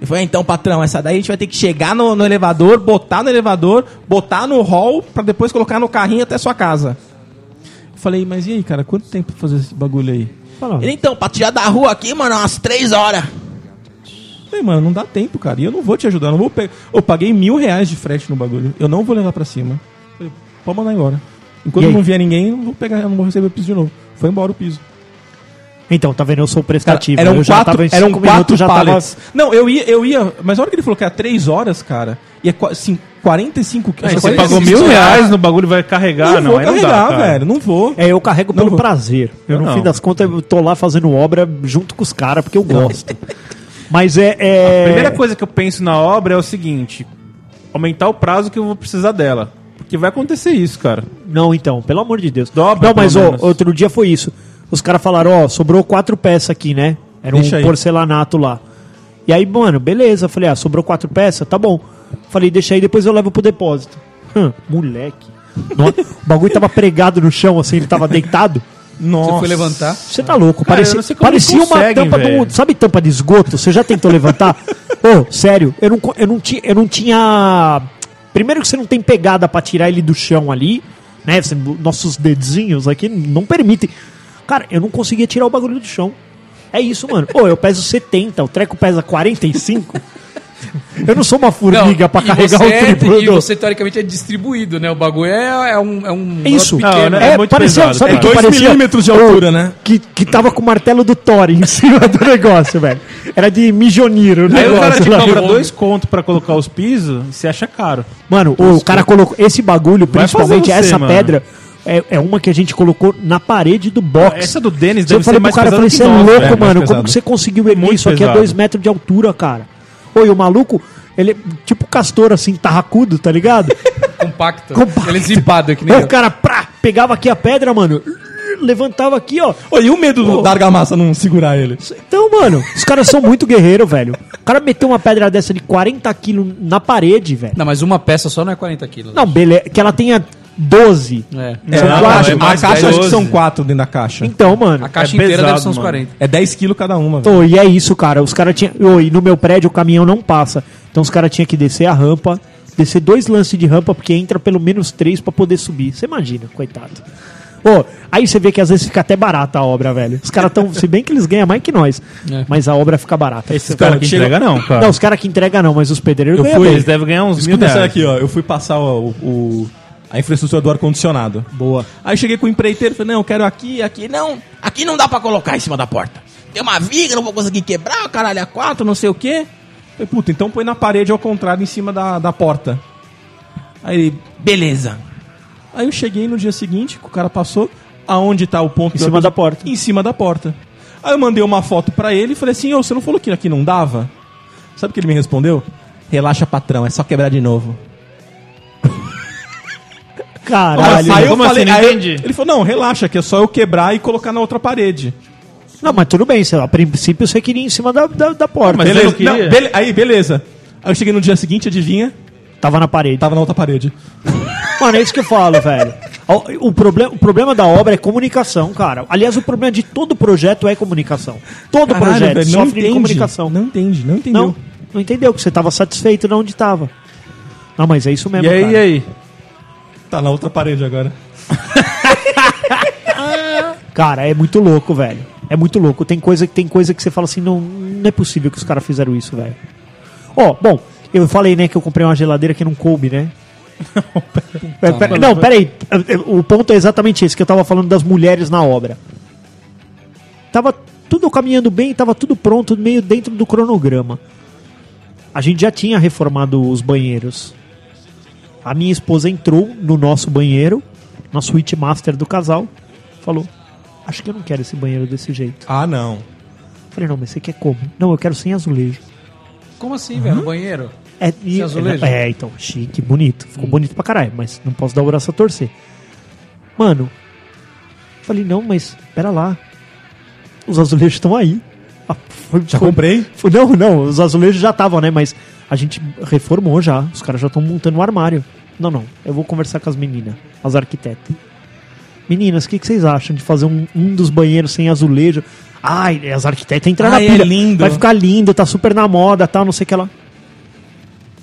S1: Ele falou, "É, então, patrão, essa daí a gente vai ter que chegar no, no elevador, botar no elevador, botar no hall, pra depois colocar no carrinho até sua casa. Eu falei, mas e aí, cara, quanto tempo pra fazer esse bagulho aí?
S2: Fala.
S1: Ele, então, pra tirar da rua aqui, mano, é umas três horas. Eu falei, mano, não dá tempo, cara, e eu não vou te ajudar, eu não vou pegar. Eu paguei mil reais de frete no bagulho, eu não vou levar pra cima. Eu falei, pode mandar embora. Enquanto
S2: E aí?
S1: não vier ninguém, eu não vou pegar, eu não vou receber o piso de novo. Foi embora o piso.
S2: Então, tá vendo? Eu sou
S1: Cara,
S2: prestativo. né?
S1: eram
S2: eu já
S1: quatro,
S2: tava em
S1: eram
S2: cinco
S1: quatro
S2: minutos, já tava-
S1: pallets. Não, eu ia, eu ia, mas a hora que ele falou que era três horas, cara, e é qua- assim, 45 quilos. acho
S4: Aí
S1: que
S4: você
S1: é
S3: Você pagou
S1: 45.
S3: mil reais no bagulho vai carregar,
S1: Ah, Não,
S3: não.
S1: vou
S3: aí
S1: carregar,
S3: não dá, cara.
S1: velho, não vou.
S2: É, eu carrego
S1: Não
S2: pelo
S1: vou.
S2: prazer. Eu, no
S3: Não.
S2: fim das contas, eu tô lá fazendo obra junto com os caras, porque eu gosto. Mas é. é...
S3: A primeira coisa que eu penso na obra é o seguinte: aumentar o prazo que eu vou precisar dela. Porque vai acontecer isso, cara.
S2: Não, então, pelo amor de Deus.
S3: Dobra,
S2: não, mas
S3: pelo
S2: ó,
S3: menos.
S2: outro dia foi isso. Os caras falaram, ó, sobrou quatro peças aqui, né? Era
S1: Deixa
S2: um
S1: aí.
S2: porcelanato lá. E aí, mano, beleza. Falei, ah, sobrou quatro peças? Tá bom. Falei, deixa aí, depois eu levo pro depósito. Hum,
S3: (laughs)
S2: moleque. No- o bagulho tava pregado no chão, assim, ele tava deitado.
S1: Nossa.
S4: Você foi levantar.
S2: Você tá louco,
S3: Cara, eu
S2: parecia,
S3: não sei como
S2: parecia
S3: eles
S2: uma
S3: conseguem,
S2: tampa
S3: velho.
S2: do. Sabe tampa de esgoto? Você já tentou
S3: (laughs)
S2: levantar? Ô, sério, eu não, co- eu, não ti, eu não tinha. Primeiro que você não tem pegada pra tirar ele do chão ali, né? Você- nossos dedinhos aqui não permitem. Cara, eu não conseguia tirar o bagulho do chão. É isso, mano. Ô, eu peso 70, o treco pesa 45. Eu não sou uma formiga pra
S4: e
S2: carregar
S4: você
S2: o
S4: é-
S2: triplo.
S4: E
S2: do-
S4: você, teoricamente, é distribuído, né? O bagulho é, é um... É um
S2: É isso.
S4: negócio pequeno.
S3: Não, né?
S4: É,
S2: É,
S3: É muito
S2: parecia,
S3: pesado,
S2: sabe
S3: cara.
S2: que
S1: Dois
S2: parecia?
S1: milímetros de altura, né?
S2: Que, que tava com o martelo do Thor em (laughs) cima do negócio, velho. Era de Mijonir o
S3: Aí o cara
S2: negócio. né?
S3: te
S2: lá.
S3: cobra dois contos pra colocar os pisos, você acha caro.
S2: Mano, o cara colocou esse bagulho,
S3: Vai fazer
S2: principalmente
S3: você,
S2: essa
S3: mano.
S2: pedra, é, é uma que a gente colocou na parede do box.
S3: Essa do Denis
S2: eu falei
S3: deve ser
S2: pro
S3: mais
S2: cara, eu
S3: pesada
S2: falei,
S3: que
S2: você é
S3: nós,
S2: louco,
S3: velho, mais
S2: mano, como
S3: pesada.
S2: que você conseguiu erguer
S3: Muito
S2: isso aqui a
S3: pesado.
S2: dois metros de altura, cara? Oi, o maluco, ele é tipo castor, assim, tarracudo, tá
S3: (laughs)
S2: ligado?
S4: compacto.
S2: Compacto.
S4: Ele é zipado, que nem
S2: Aí
S4: eu.
S2: o cara, prá, pegava aqui a pedra, mano, levantava aqui, ó,
S1: Ô, e o medo do- da argamassa não segurar ele?
S2: Então, mano, os caras são muito guerreiros, velho. O cara meteu uma pedra dessa de 40 quilos na parede, velho.
S4: Não, mas uma peça só não é 40 quilos.
S2: Não, beleza. Que ela tenha 12.
S4: É.
S1: É,
S2: São
S1: a
S2: quatro.
S1: caixa,
S3: é mais
S1: a caixa acho que
S3: 12.
S1: são quatro dentro da caixa.
S2: Então, mano.
S4: A caixa
S3: É
S4: inteira
S3: pesado,
S4: deve ser uns
S3: mano.
S4: 40.
S1: É 10 quilos cada uma, velho.
S2: Então, e é isso, cara. Os caras tinham. E no meu prédio o caminhão não passa. Então os caras tinham que descer a rampa. Descer dois lances de rampa, porque entra pelo menos três pra poder subir. Você imagina, coitado. Ô, aí você vê que às vezes fica até barata a obra, velho. Os caras tão. se bem que eles ganham mais que nós.
S4: É.
S2: Mas a obra fica barata. Então,
S3: Esses caras que
S1: chega-
S3: entrega não, cara.
S2: Não, os caras que entregam não, mas os pedreiros
S3: eu
S2: ganham
S3: fui,
S2: bem.
S3: eles devem ganhar uns mil
S1: Escuta essa
S3: reais.
S1: aqui, ó. Eu fui passar ó, o, o, a infraestrutura do ar-condicionado.
S2: Boa.
S1: Aí eu cheguei com o empreiteiro, falei, não, eu quero aqui, aqui. Não, aqui não dá pra colocar em cima da porta. Tem uma viga, não vou conseguir quebrar, caralho, a quatro, não sei o quê. Falei, puta, então põe na parede ao contrário, em cima da, da porta. Aí ele, beleza. Aí eu cheguei no dia seguinte, que o cara passou, aonde tá o ponto...
S2: Em
S1: do
S2: cima
S1: ar-
S2: da porta.
S1: Em cima da porta. Aí eu mandei uma foto pra ele e falei assim, ô, você não falou que aqui não dava? Sabe o que ele me respondeu? Relaxa, patrão, é só quebrar de novo.
S2: Caralho.
S1: aí eu
S3: como assim?
S1: falei,
S3: Não
S1: aí eu-
S3: entendi.
S1: ele falou, não, relaxa, que é só eu quebrar e colocar na outra parede.
S2: assim? Não, mas tudo bem, sei lá, a princípio você queria em cima da, da, da porta. né?
S3: Mas
S1: Beleza,
S3: ele queria.
S1: não, bele- aí, beleza. Aí eu cheguei no dia seguinte, adivinha?
S2: Tava na parede.
S1: Tava na outra parede. Então,
S2: Mano, é isso que eu falo, velho. O, o proble- o problema da obra é comunicação, cara. Aliás, o problema de todo projeto é comunicação. Todo projeto
S1: velho,
S2: sofre de comunicação.
S1: Não entende, não entendeu.
S2: Não, não entendeu que você estava satisfeito de onde estava. Não, mas é isso mesmo,
S3: E aí,
S2: cara.
S3: e aí?
S1: Tá na outra parede agora.
S2: Cara, é muito louco, velho. É muito louco. Tem coisa, tem coisa que você fala assim, não, não é possível que os caras fizeram isso, velho. Ó, bom, eu falei, né, que eu comprei uma geladeira que não coube, né? É, pera- não, peraí. O ponto é exatamente esse, que eu tava falando das mulheres na obra. Tava tudo caminhando bem, tava tudo pronto, meio dentro do cronograma. A gente já tinha reformado os banheiros. A minha esposa entrou no nosso banheiro, na suíte master do casal, falou: Acho que eu não quero esse banheiro desse jeito.
S1: Ah, não.
S2: Falei: Não, mas você quer como? Não, eu quero sem azulejo.
S4: Como assim, velho? No banheiro?
S2: É, e-
S4: Sem azulejo?
S2: é, então, chique, bonito. Ficou bonito pra caralho, mas não posso dar o braço a torcer. Mano, falei: Não, mas pera lá. Os azulejos estão aí. Ah, foi-
S1: Já
S2: foi-
S1: comprei?
S2: Falei, Não, não, os azulejos já estavam, né? Mas a gente reformou já. Os caras já estão montando o armário. Não, não, eu vou conversar com as meninas, as arquitetas. Meninas, o que, que vocês acham de fazer um, um dos banheiros sem azulejo? Ai, as arquitetas entraram na
S1: Ai, é
S2: pilha.
S1: lindo.
S2: Vai ficar lindo, tá super na moda, tal, não sei o que lá.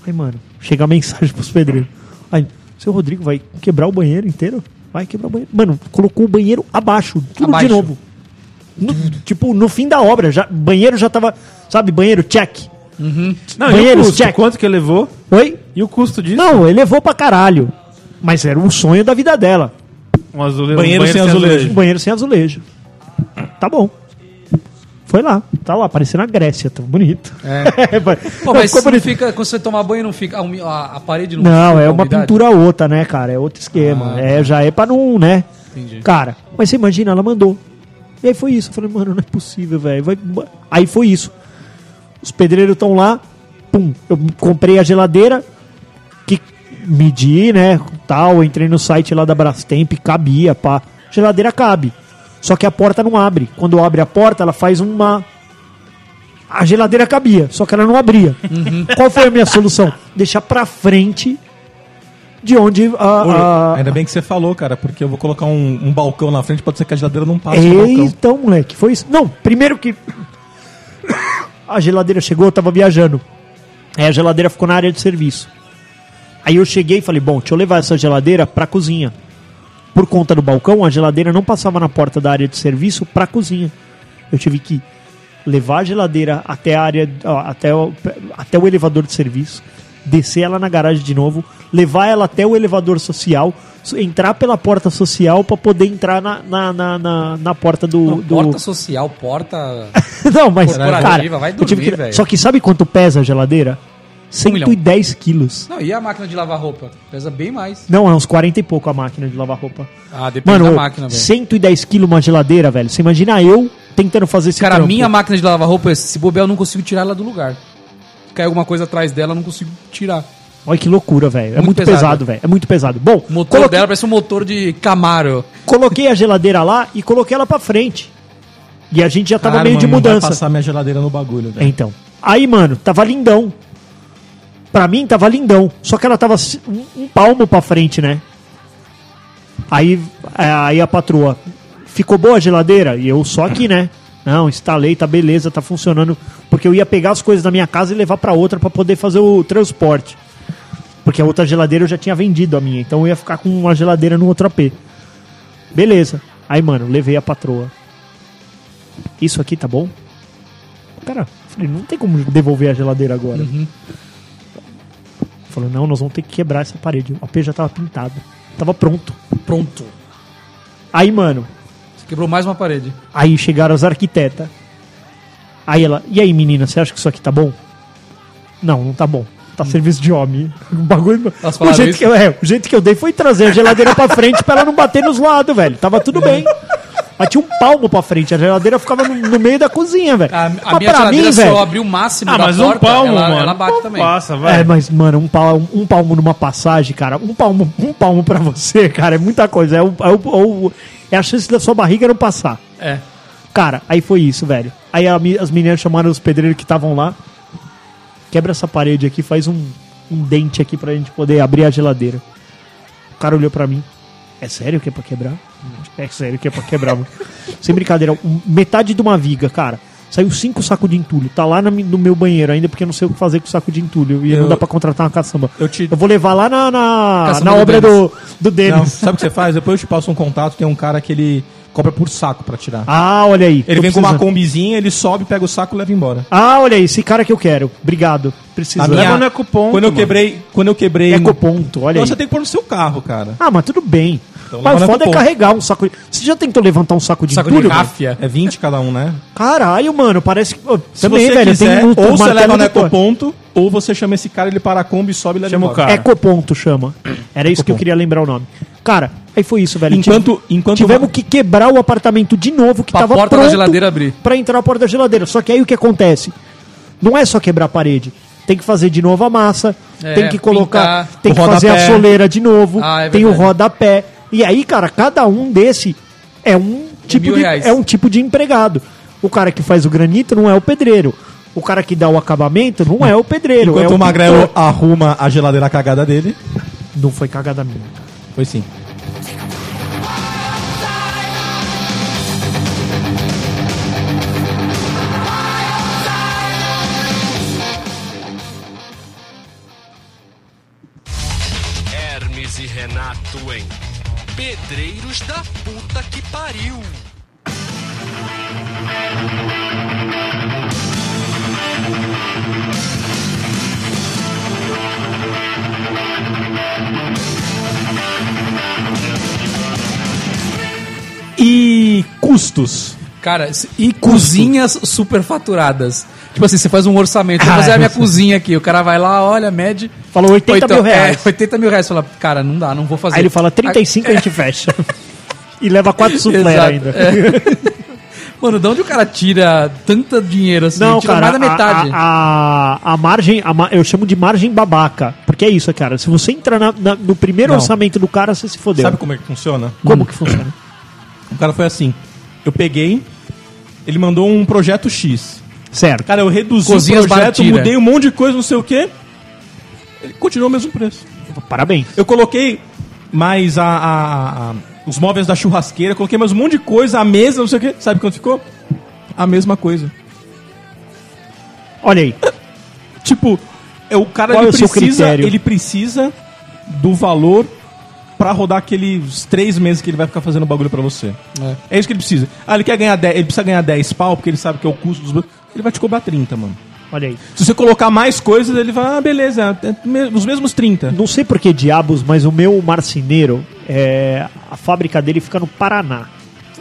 S2: Aí, mano, chega a mensagem pros pedreiros. Aí, seu Rodrigo vai quebrar o banheiro inteiro? Vai quebrar o banheiro. Mano, colocou o banheiro abaixo, tudo
S4: Abaixo.
S2: de novo. No- tipo, no fim da obra, já, banheiro já tava. Sabe, banheiro check.
S3: Não, e o
S2: Banheiros,
S3: custo?
S2: check.
S3: Quanto que levou?
S2: Oi?
S3: E o custo disso?
S2: Não, elevou pra caralho. Mas era um sonho da vida dela.
S3: Um azulejo,
S1: Banheiro sem
S2: Um
S1: azulejo.
S2: banheiro sem azulejo. Tá bom. Foi lá, tá lá, parecendo a Grécia, tão bonito. (laughs) É.
S4: Pô,
S2: Não,
S4: mas
S2: ficou
S4: não
S2: bonito.
S4: fica, quando você tomar banho, não fica. A, umi- a- a parede não
S2: Não,
S4: fica
S2: é
S4: com
S2: uma
S4: umidade?
S2: pintura outra, né, cara? É outro esquema. é, já é pra não, né?
S4: Ah, tá. Entendi.
S2: Cara, mas você imagina, ela mandou. E aí foi isso. Eu falei, mano, não é possível, velho. Vai- Aí foi isso. Os pedreiros estão lá. Pum, eu comprei a geladeira. Que medi, né? Tal, entrei no site lá da Brastemp, cabia, pá. Geladeira cabe. Só que a porta não abre. Quando abre a porta, ela faz uma a geladeira cabia, só que ela não abria. Qual foi a minha solução? Deixar pra frente de onde
S3: Ah.
S2: a. a...
S1: Ainda bem que você falou, cara, porque eu vou colocar um, um balcão na frente, pode ser que a geladeira não passe no
S2: Ei,
S1: balcão.
S2: então, moleque, foi isso. Não, primeiro que. (coughs) A geladeira chegou, eu tava viajando. Aí a geladeira ficou na área de serviço. Aí eu cheguei e falei, bom, deixa eu levar essa geladeira pra cozinha. Por conta do balcão, a geladeira não passava na porta da área de serviço pra cozinha. Eu tive que levar a geladeira até a área, ó, até o, até o elevador de serviço, descer ela na garagem de novo, levar ela até o elevador social, so- entrar pela porta social pra poder entrar na, na, na, na- na porta do.
S4: Não,
S2: do-
S4: Porta social, porta.
S2: (laughs) Não, mas
S4: Corporativa,
S2: cara,
S4: vai
S2: eu tive
S4: dormir,
S2: que-
S4: velho. Um
S2: Só que sabe quanto pesa a geladeira?
S4: milhão.
S2: 110 quilos.
S4: Não, e a máquina de lavar roupa? Pesa bem mais.
S2: Não, é uns 40 e pouco a máquina de lavar roupa.
S4: Ah, depende
S2: Mano,
S4: da
S2: ô,
S4: máquina, velho.
S2: 110 quilos uma geladeira, velho. Você imagina eu tentando fazer esse
S4: Cara, a
S2: trampo.
S4: minha máquina de lavar roupa, se bobear, eu não consigo tirar ela do lugar. Se cair alguma coisa atrás dela, eu não consigo tirar.
S2: Olha que loucura, velho. É muito,
S4: Muito
S2: pesado,
S4: pesado,
S2: velho. É muito pesado. Bom,
S4: O motor
S2: coloquei,
S4: dela parece um motor de Camaro.
S2: coloquei a geladeira lá e coloquei ela pra frente. E a gente já tava
S3: tá
S1: Caralho,
S2: meio de
S1: mano, não vai
S2: mudança.
S1: passar minha geladeira no bagulho, velho.
S2: Então. Aí, mano, tava lindão. Pra mim, tava lindão. Só que ela tava se- um, um palmo pra frente, né? Aí, é, aí a patroa. Ficou boa a geladeira? E eu só aqui, né? (clears throat) Não, instalei, tá beleza, tá funcionando. Porque eu ia pegar as coisas da minha casa e levar pra outra pra poder fazer o transporte. Porque a outra geladeira eu já tinha vendido a minha. Então eu ia ficar com uma geladeira no outro AP. Beleza. Aí, mano, levei a patroa. Isso aqui tá bom? Cara, falei, não tem como devolver a geladeira
S4: Uhum.
S2: agora. Falou, não, nós vamos ter que quebrar essa parede. O AP já tava pintado. Tava pronto.
S4: Pronto.
S2: Aí, mano,
S4: Você quebrou mais uma parede.
S2: aí chegaram as arquitetas. Aí ela, e aí, menina, você acha que isso aqui tá bom? Não, não tá bom. Tá serviço de homem. (laughs) O bagulho.
S4: Hum. Elas
S2: O
S4: falaram
S2: jeito,
S4: isso?
S2: que eu, é, o jeito que eu dei foi trazer a geladeira pra frente pra ela não bater nos lados, velho. Tava tudo bem. Mas tinha um palmo pra frente. A geladeira ficava no, no meio da cozinha, velho.
S4: A, a
S2: Mas
S4: minha
S2: pra
S4: geladeira,
S2: mim,
S4: se eu
S2: velho.
S4: abrir o máximo
S3: Ah,
S4: da
S3: mas um
S4: porta,
S3: palmo,
S4: ela,
S3: mano.
S4: ela bate
S3: Como
S4: também.
S3: Passa,
S2: É,
S3: vai.
S2: mas, mano, um palmo, um palmo numa passagem, cara, um palmo, um palmo pra você, cara, é muita coisa. É, o, é, o- é o- é a chance da sua barriga não passar.
S4: É.
S2: Cara, aí foi isso, velho. Aí a mi- as meninas chamaram os pedreiros que estavam lá. Quebra essa parede aqui, faz um, um dente aqui pra gente poder abrir a geladeira. O cara olhou pra mim. É sério que é pra quebrar? É sério que é pra
S1: (laughs)
S2: quebrar, mano. Sem brincadeira, um- metade de uma viga, cara. Saiu cinco sacos de entulho. Tá lá na mi- no meu banheiro ainda, porque eu não sei o que fazer com o saco de entulho. E
S1: Eu-
S2: não dá pra contratar uma caçamba.
S1: eu te-
S2: vou levar lá na, na,
S4: Caçamba
S2: na
S4: do
S2: obra
S4: Denis.
S2: do, do
S1: Não,
S2: Denis.
S1: sabe o que você faz? Depois eu te passo um contato, tem um cara que ele cobra por saco pra tirar.
S2: Ah, olha aí.
S1: ele
S2: tô
S1: vem com uma
S2: precisando.
S1: combizinha, ele sobe, pega o saco e leva embora.
S2: Ah, olha aí, esse cara que eu quero. Obrigado.
S1: A
S2: Precisando.
S1: minha-
S3: não é cupom,
S1: Quando eu
S3: mano.
S1: quebrei, quando eu quebrei.
S2: Ecoponto, É olha
S1: Então
S2: aí.
S1: você tem que pôr no seu carro, cara.
S2: Ah, mas tudo bem.
S1: Então leva
S2: mas
S1: na
S2: o foda é
S1: Ecoponto.
S2: carregar um saco de... Você já tentou levantar um saco de
S4: Saco
S2: entulho?
S4: de
S2: mano?
S4: ráfia.
S1: É 20 cada um, né?
S2: Caralho, mano, parece que... Ô,
S1: Se
S2: Também,
S1: você
S2: velho,
S1: quiser,
S2: tem um
S1: ou você
S2: martelo
S1: leva no
S2: do Thor.
S1: ecoponto, ou você chama esse cara, ele para a Kombi, sobe e leva
S3: Chama o
S1: embora.
S3: cara.
S2: Ecoponto chama. Era isso que eu queria lembrar o nome. Cara, aí foi isso, velho.
S1: Enquanto-
S2: Tive-
S1: enquanto-
S2: Tivemos que quebrar o apartamento de novo, que
S4: Pra
S2: tava
S4: porta da
S2: pronto
S4: geladeira abrir.
S2: Pra entrar a porta da geladeira. Só que aí o que acontece? Não é só quebrar a parede. Tem que fazer de novo a massa,
S4: É,
S2: tem que colocar,
S4: pintar.
S2: tem que
S1: O
S2: fazer a
S1: rodapé.
S2: soleira de novo,
S4: Ah, é
S2: tem o
S4: verdade.
S2: rodapé. E aí, cara, cada um desse é um tipo
S4: mil
S2: de,
S4: reais.
S2: é um tipo de empregado. O cara que faz o granito não é o pedreiro. O cara que dá o acabamento não é o pedreiro.
S1: Enquanto
S2: é
S1: o Magrelo
S2: pintor.
S1: arruma a geladeira cagada dele,
S2: Não foi cagada minha. cara.
S1: foi sim.
S8: Hermes e Renato em Pedreiros da Puta que Pariu.
S1: E custos.
S4: Cara, s- e cozinhas superfaturadas. Tipo assim, você faz um orçamento. Vou
S2: Ah,
S4: fazer
S2: é.
S4: a minha cozinha aqui. O cara vai lá, olha, mede.
S2: Falou 80 mil reais.
S4: É, 80 mil reais. Fala, cara, não dá, não vou fazer.
S2: Aí ele fala 35 a gente fecha. E leva quatro suflé
S4: Exato,
S2: ainda.
S4: Aí- Mano, de onde o cara tira tanto dinheiro assim?
S2: Não,
S4: tira
S2: cara,
S4: mais da metade.
S2: A, a, a- a margem, a ma- eu chamo de margem babaca. Porque é isso, cara. Se você entrar na- na- no primeiro
S1: Não.
S2: orçamento do cara, você se fodeu. Hum.
S1: Sabe como é que funciona?
S2: como que funciona?
S1: O cara foi assim. Eu peguei, ele mandou um projeto X.
S2: (coughs) Certo.
S1: Cara, eu reduzi
S4: Cozinhas
S1: o projeto,
S4: Bartira.
S1: mudei um monte de coisa, não sei o quê. Ele continuou o mesmo preço.
S2: Parabéns.
S1: Eu coloquei mais a, a- a- os móveis da churrasqueira, coloquei mais um monte de coisa, a mesa, não sei o quê. Sabe quanto ficou? A mesma coisa.
S2: Olha aí.
S1: Tipo, é, o cara
S2: Qual
S1: ele
S2: é o seu
S1: precisa,
S2: critério?
S1: ele precisa do valor pra rodar aqueles três meses que ele vai ficar fazendo bagulho pra você. É. isso que ele precisa. Ah, ele quer ganhar 10, ele precisa ganhar 10 pau porque ele sabe que é o custo dos. Ele vai te cobrar 30, mano.
S2: Olha aí.
S1: Se você colocar mais coisas, ele vai, ah, beleza, é me- os mesmos 30.
S2: Não sei por que diabos, mas o meu marceneiro, é, a fábrica dele fica no Paraná.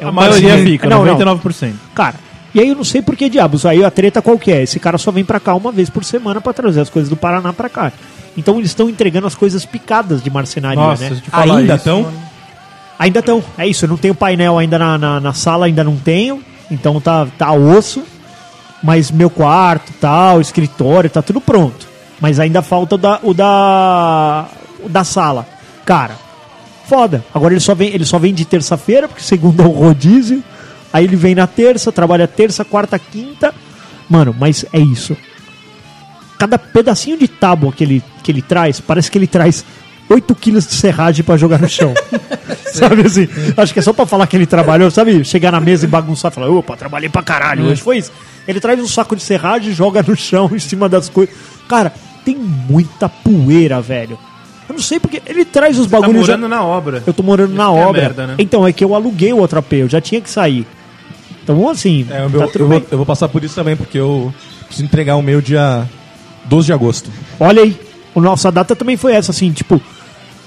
S2: É
S3: A
S2: um
S3: maioria
S2: marceneiro-
S3: fica,
S2: Não, não.
S3: 99%.
S2: Cara, e aí eu não sei por que diabos. Aí a treta qual que é? Esse cara só vem pra cá uma vez por semana pra trazer as coisas do Paraná pra cá. Então eles estão entregando as coisas picadas de marcenaria,
S3: Nossa,
S2: né?
S3: se eu te falar
S1: Ainda
S3: isso,
S1: tão?
S3: mano.
S2: Ainda estão. É isso, eu não tenho painel ainda na, na, na sala, ainda não tenho. Então tá, tá osso. Mas meu quarto, tal, escritório, tá tudo pronto. Mas ainda falta o da, o da, o da sala. Cara, foda. Agora ele só vem, ele só vem de terça-feira, porque segunda é o rodízio. Aí ele vem na terça, trabalha terça, quarta, quinta. Mano, mas é isso. Cada pedacinho de tábua que ele, que ele traz, parece que ele traz 8 quilos de serragem pra jogar no
S3: (laughs)
S2: chão. sabe assim? Acho que é só pra falar que ele trabalhou, sabe? Chegar na mesa e bagunçar e falar, opa, trabalhei pra caralho hoje. Foi isso. Ele traz um saco de serragem, joga no chão, em cima das coisas. Cara, tem muita poeira, velho. Eu não sei porque ele traz os
S3: Tá
S2: bagulhos... já-
S3: morando na obra.
S2: eu tô morando na
S3: que é a
S2: obra.
S3: merda, né?
S2: Então, é que eu aluguei o outro AP, eu já tinha que sair. Então, assim,
S1: É, eu,
S2: tá tudo
S1: eu
S2: bem.
S1: vou, eu vou passar por isso também, porque eu preciso entregar o meu dia 12 de agosto.
S2: Olha aí, a nossa data também foi essa, assim, tipo,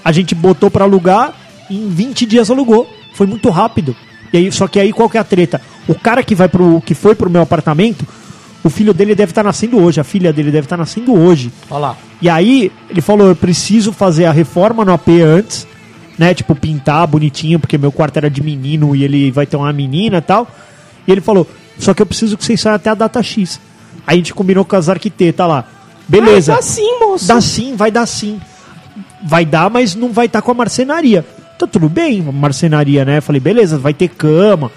S2: A gente botou pra alugar, em 20 dias alugou. Foi muito rápido. E aí, só que aí qual que é a treta? O cara que vai pro que foi pro meu apartamento, o filho dele deve estar nascendo hoje, a filha dele deve estar nascendo hoje.
S4: Olha lá.
S2: E aí ele falou: eu preciso fazer a reforma no AP antes, né? Tipo, pintar bonitinho, porque meu quarto era de menino e ele vai ter uma menina e tal. E ele falou: só que eu preciso que vocês saiam até a data X. Aí a gente combinou com as arquitetas lá. Beleza.
S9: Ai, dá sim, moço.
S2: Dá sim, vai dar sim. Vai dar, mas não vai estar com a marcenaria. Tá tudo bem, marcenaria, né? Falei, beleza, vai ter cama,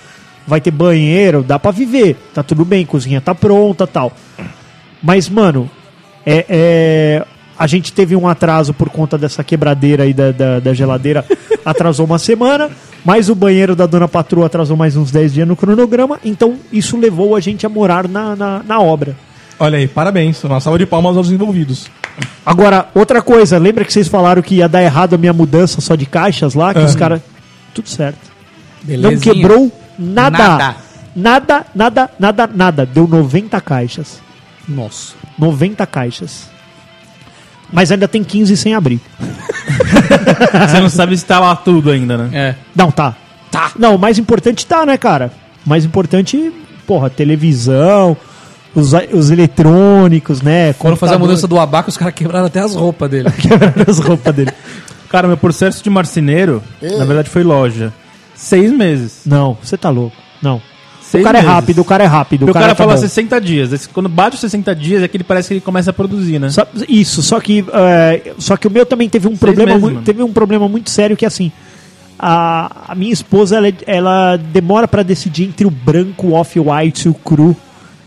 S2: vai ter banheiro, dá pra viver. Tá tudo bem, cozinha tá pronta tal. Mas, mano, é, é, a gente teve um atraso por conta dessa quebradeira aí da, da, da geladeira. Atrasou uma semana, mas o banheiro da dona patroa atrasou mais uns 10 dias no cronograma. Então, isso levou a gente a morar na, na, na obra.
S1: Olha aí, parabéns. Uma salva de palmas aos envolvidos.
S2: Agora, outra coisa, lembra que vocês falaram que ia dar errado a minha mudança só de caixas lá? Que os caras. Tudo certo. Não
S4: Belezinha.
S2: quebrou nada.
S4: Nada.
S2: nada. Nada, nada, nada, Deu 90 caixas.
S4: Nossa.
S2: 90 caixas. Mas ainda tem 15 sem abrir.
S3: Você não sabe se tá lá tudo ainda, né?
S4: É.
S2: Não, tá. Tá. Não, o mais importante tá, né, cara? O mais importante, porra, televisão, os, os eletrônicos, né?
S4: Foram fazer a
S2: computador,
S4: mudança do abaco, os caras quebraram até as
S2: (laughs)
S4: roupas dele.
S2: Quebraram as roupas dele.
S3: Cara, meu processo de marceneiro, na
S2: É.
S3: verdade, foi loja. Seis meses.
S2: Não, você tá louco. Não.
S3: Seis
S2: o cara
S3: meses.
S2: é rápido, o cara é rápido.
S3: Meu cara, assim,
S2: tá
S3: fala
S2: bom.
S3: 60 dias. Esse- Quando bate os 60 dias, é que ele parece que ele começa a produzir, né?
S2: Só- isso, só que é, só que o meu também teve um problema,
S3: meses,
S2: mui-
S3: mano.
S2: teve um problema muito sério que é assim, a, a minha esposa ela, ela demora pra decidir entre o branco, o off-white e o cru.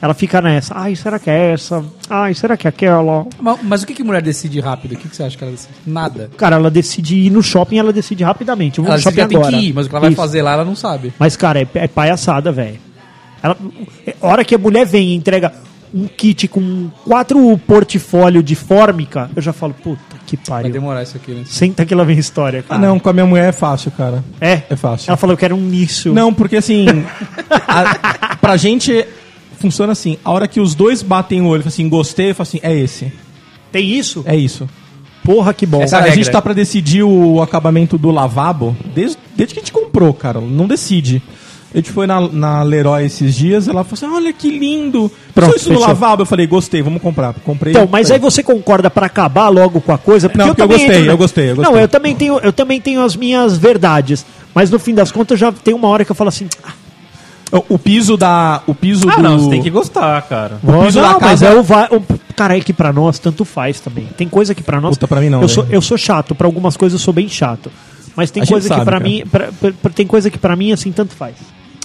S2: Ela fica nessa, ai, será que é essa? Ai, será que é aquela?
S4: mas, mas o que, que mulher decide rápido? O que, que você acha que ela decide? Nada.
S2: Cara, ela decide ir no shopping, ela decide rapidamente. Eu vou
S4: Ela
S2: no
S4: decide que
S2: shopping
S4: ela tem
S2: agora.
S4: que ir, mas o que ela vai
S2: Isso.
S4: fazer lá, ela não sabe.
S2: Mas, cara, é, é palhaçada, velho. Ela, é hora que a mulher vem e entrega um kit com quatro portfólio de fórmica, eu já falo, puta que
S4: Vai
S2: pariu.
S4: demorar isso aqui, né?
S2: Senta que lá vem história,
S1: Ah,
S2: cara.
S1: não, com a minha mulher é fácil, cara.
S2: É?
S1: É fácil.
S2: Ela falou, eu quero um nisso.
S1: Não, porque assim. a, pra gente funciona assim. A hora que os dois batem o olho, fala assim, gostei, eu falo assim, é esse.
S2: Tem isso?
S1: É isso.
S2: Porra, que bom.
S4: Essa
S1: Cara, a
S4: regra.
S1: gente tá pra decidir o acabamento do lavabo desde, desde que a gente comprou, cara. Não decide. A gente foi na, na Leroy esses dias, ela falou assim: olha que lindo.
S2: Pronto,
S1: Pronto, isso do
S2: fechou.
S1: lavabo? Eu falei: gostei, vamos comprar. Comprei.
S2: Então, mas
S1: comprei.
S2: aí você concorda pra acabar logo com a coisa?
S1: Não, porque eu
S2: também
S1: gostei,
S2: entro, né?
S1: eu gostei, eu gostei.
S2: Não, eu também, tenho, eu também tenho as minhas verdades. Mas no fim das contas, já tem uma hora que eu falo assim... ah,
S1: "É, O, o piso da. O piso do.
S3: Ah, não, você tem que gostar, cara.
S1: O piso
S2: não,
S1: da
S2: mas
S1: casa-
S2: é o, va- o... Cara, é que pra nós tanto faz também. Tem coisa que pra nós...
S1: Puta, pra mim não,
S2: Eu sou,
S1: velho.
S2: eu sou chato, pra algumas coisas eu sou bem chato. Mas tem
S1: A gente
S2: coisa que
S1: sabe,
S2: pra
S1: cara.
S2: mim... pra- pra- pra- tem coisa que pra mim, assim, tanto faz.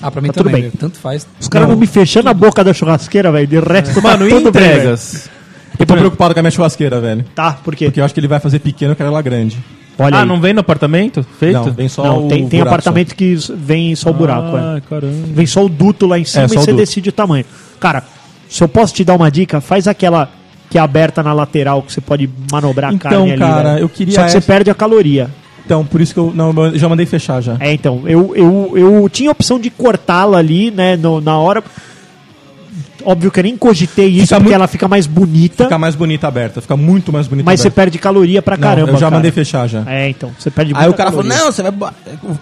S4: Ah, pra mim
S2: Tá tudo
S4: também.
S2: bem.
S4: né? Tanto faz.
S2: Os caras não, me fechando a boca da churrasqueira, velho. De resto,
S3: Mano,
S2: tá
S3: e
S2: tudo bem, velho.
S3: entregas?
S1: Eu tô preocupado com a minha churrasqueira, velho.
S2: Tá, por quê?
S1: Porque eu acho que ele vai fazer pequeno, eu quero ela grande.
S2: Olha
S3: Ah,
S2: aí.
S3: não vem no apartamento? Feito?
S1: Não, vem só
S2: Não,
S1: o
S2: tem, tem
S1: buraco só. Ah,
S2: apartamento que s- vem só o buraco. é.
S3: Ai, caramba.
S2: Vem só o duto lá em cima
S1: É,
S2: e
S1: só o
S2: você
S1: duto.
S2: decide o tamanho. Cara, se eu posso te dar uma dica, faz aquela que é aberta na lateral, que você pode manobrar a
S1: Então,
S2: carne ali.
S1: cara,
S2: velho.
S1: eu queria
S2: Só que você
S1: essa-
S2: perde a caloria.
S1: Então, por isso que eu. Não, eu já mandei fechar já.
S2: É, então, eu, eu, eu tinha a opção de cortá-la ali, né, no- na hora. Óbvio que eu nem cogitei isso, porque
S1: muito-
S2: ela fica mais bonita,
S1: Fica mais bonita aberta, fica muito mais bonita
S2: mas você
S1: aberta.
S2: perde caloria pra
S1: Não,
S2: caramba,
S1: Eu já
S2: cara.
S1: mandei fechar já.
S2: É, então, você perde
S1: Aí o
S2: muita
S1: cara falou,
S2: caloria.
S1: não, você vai. bo-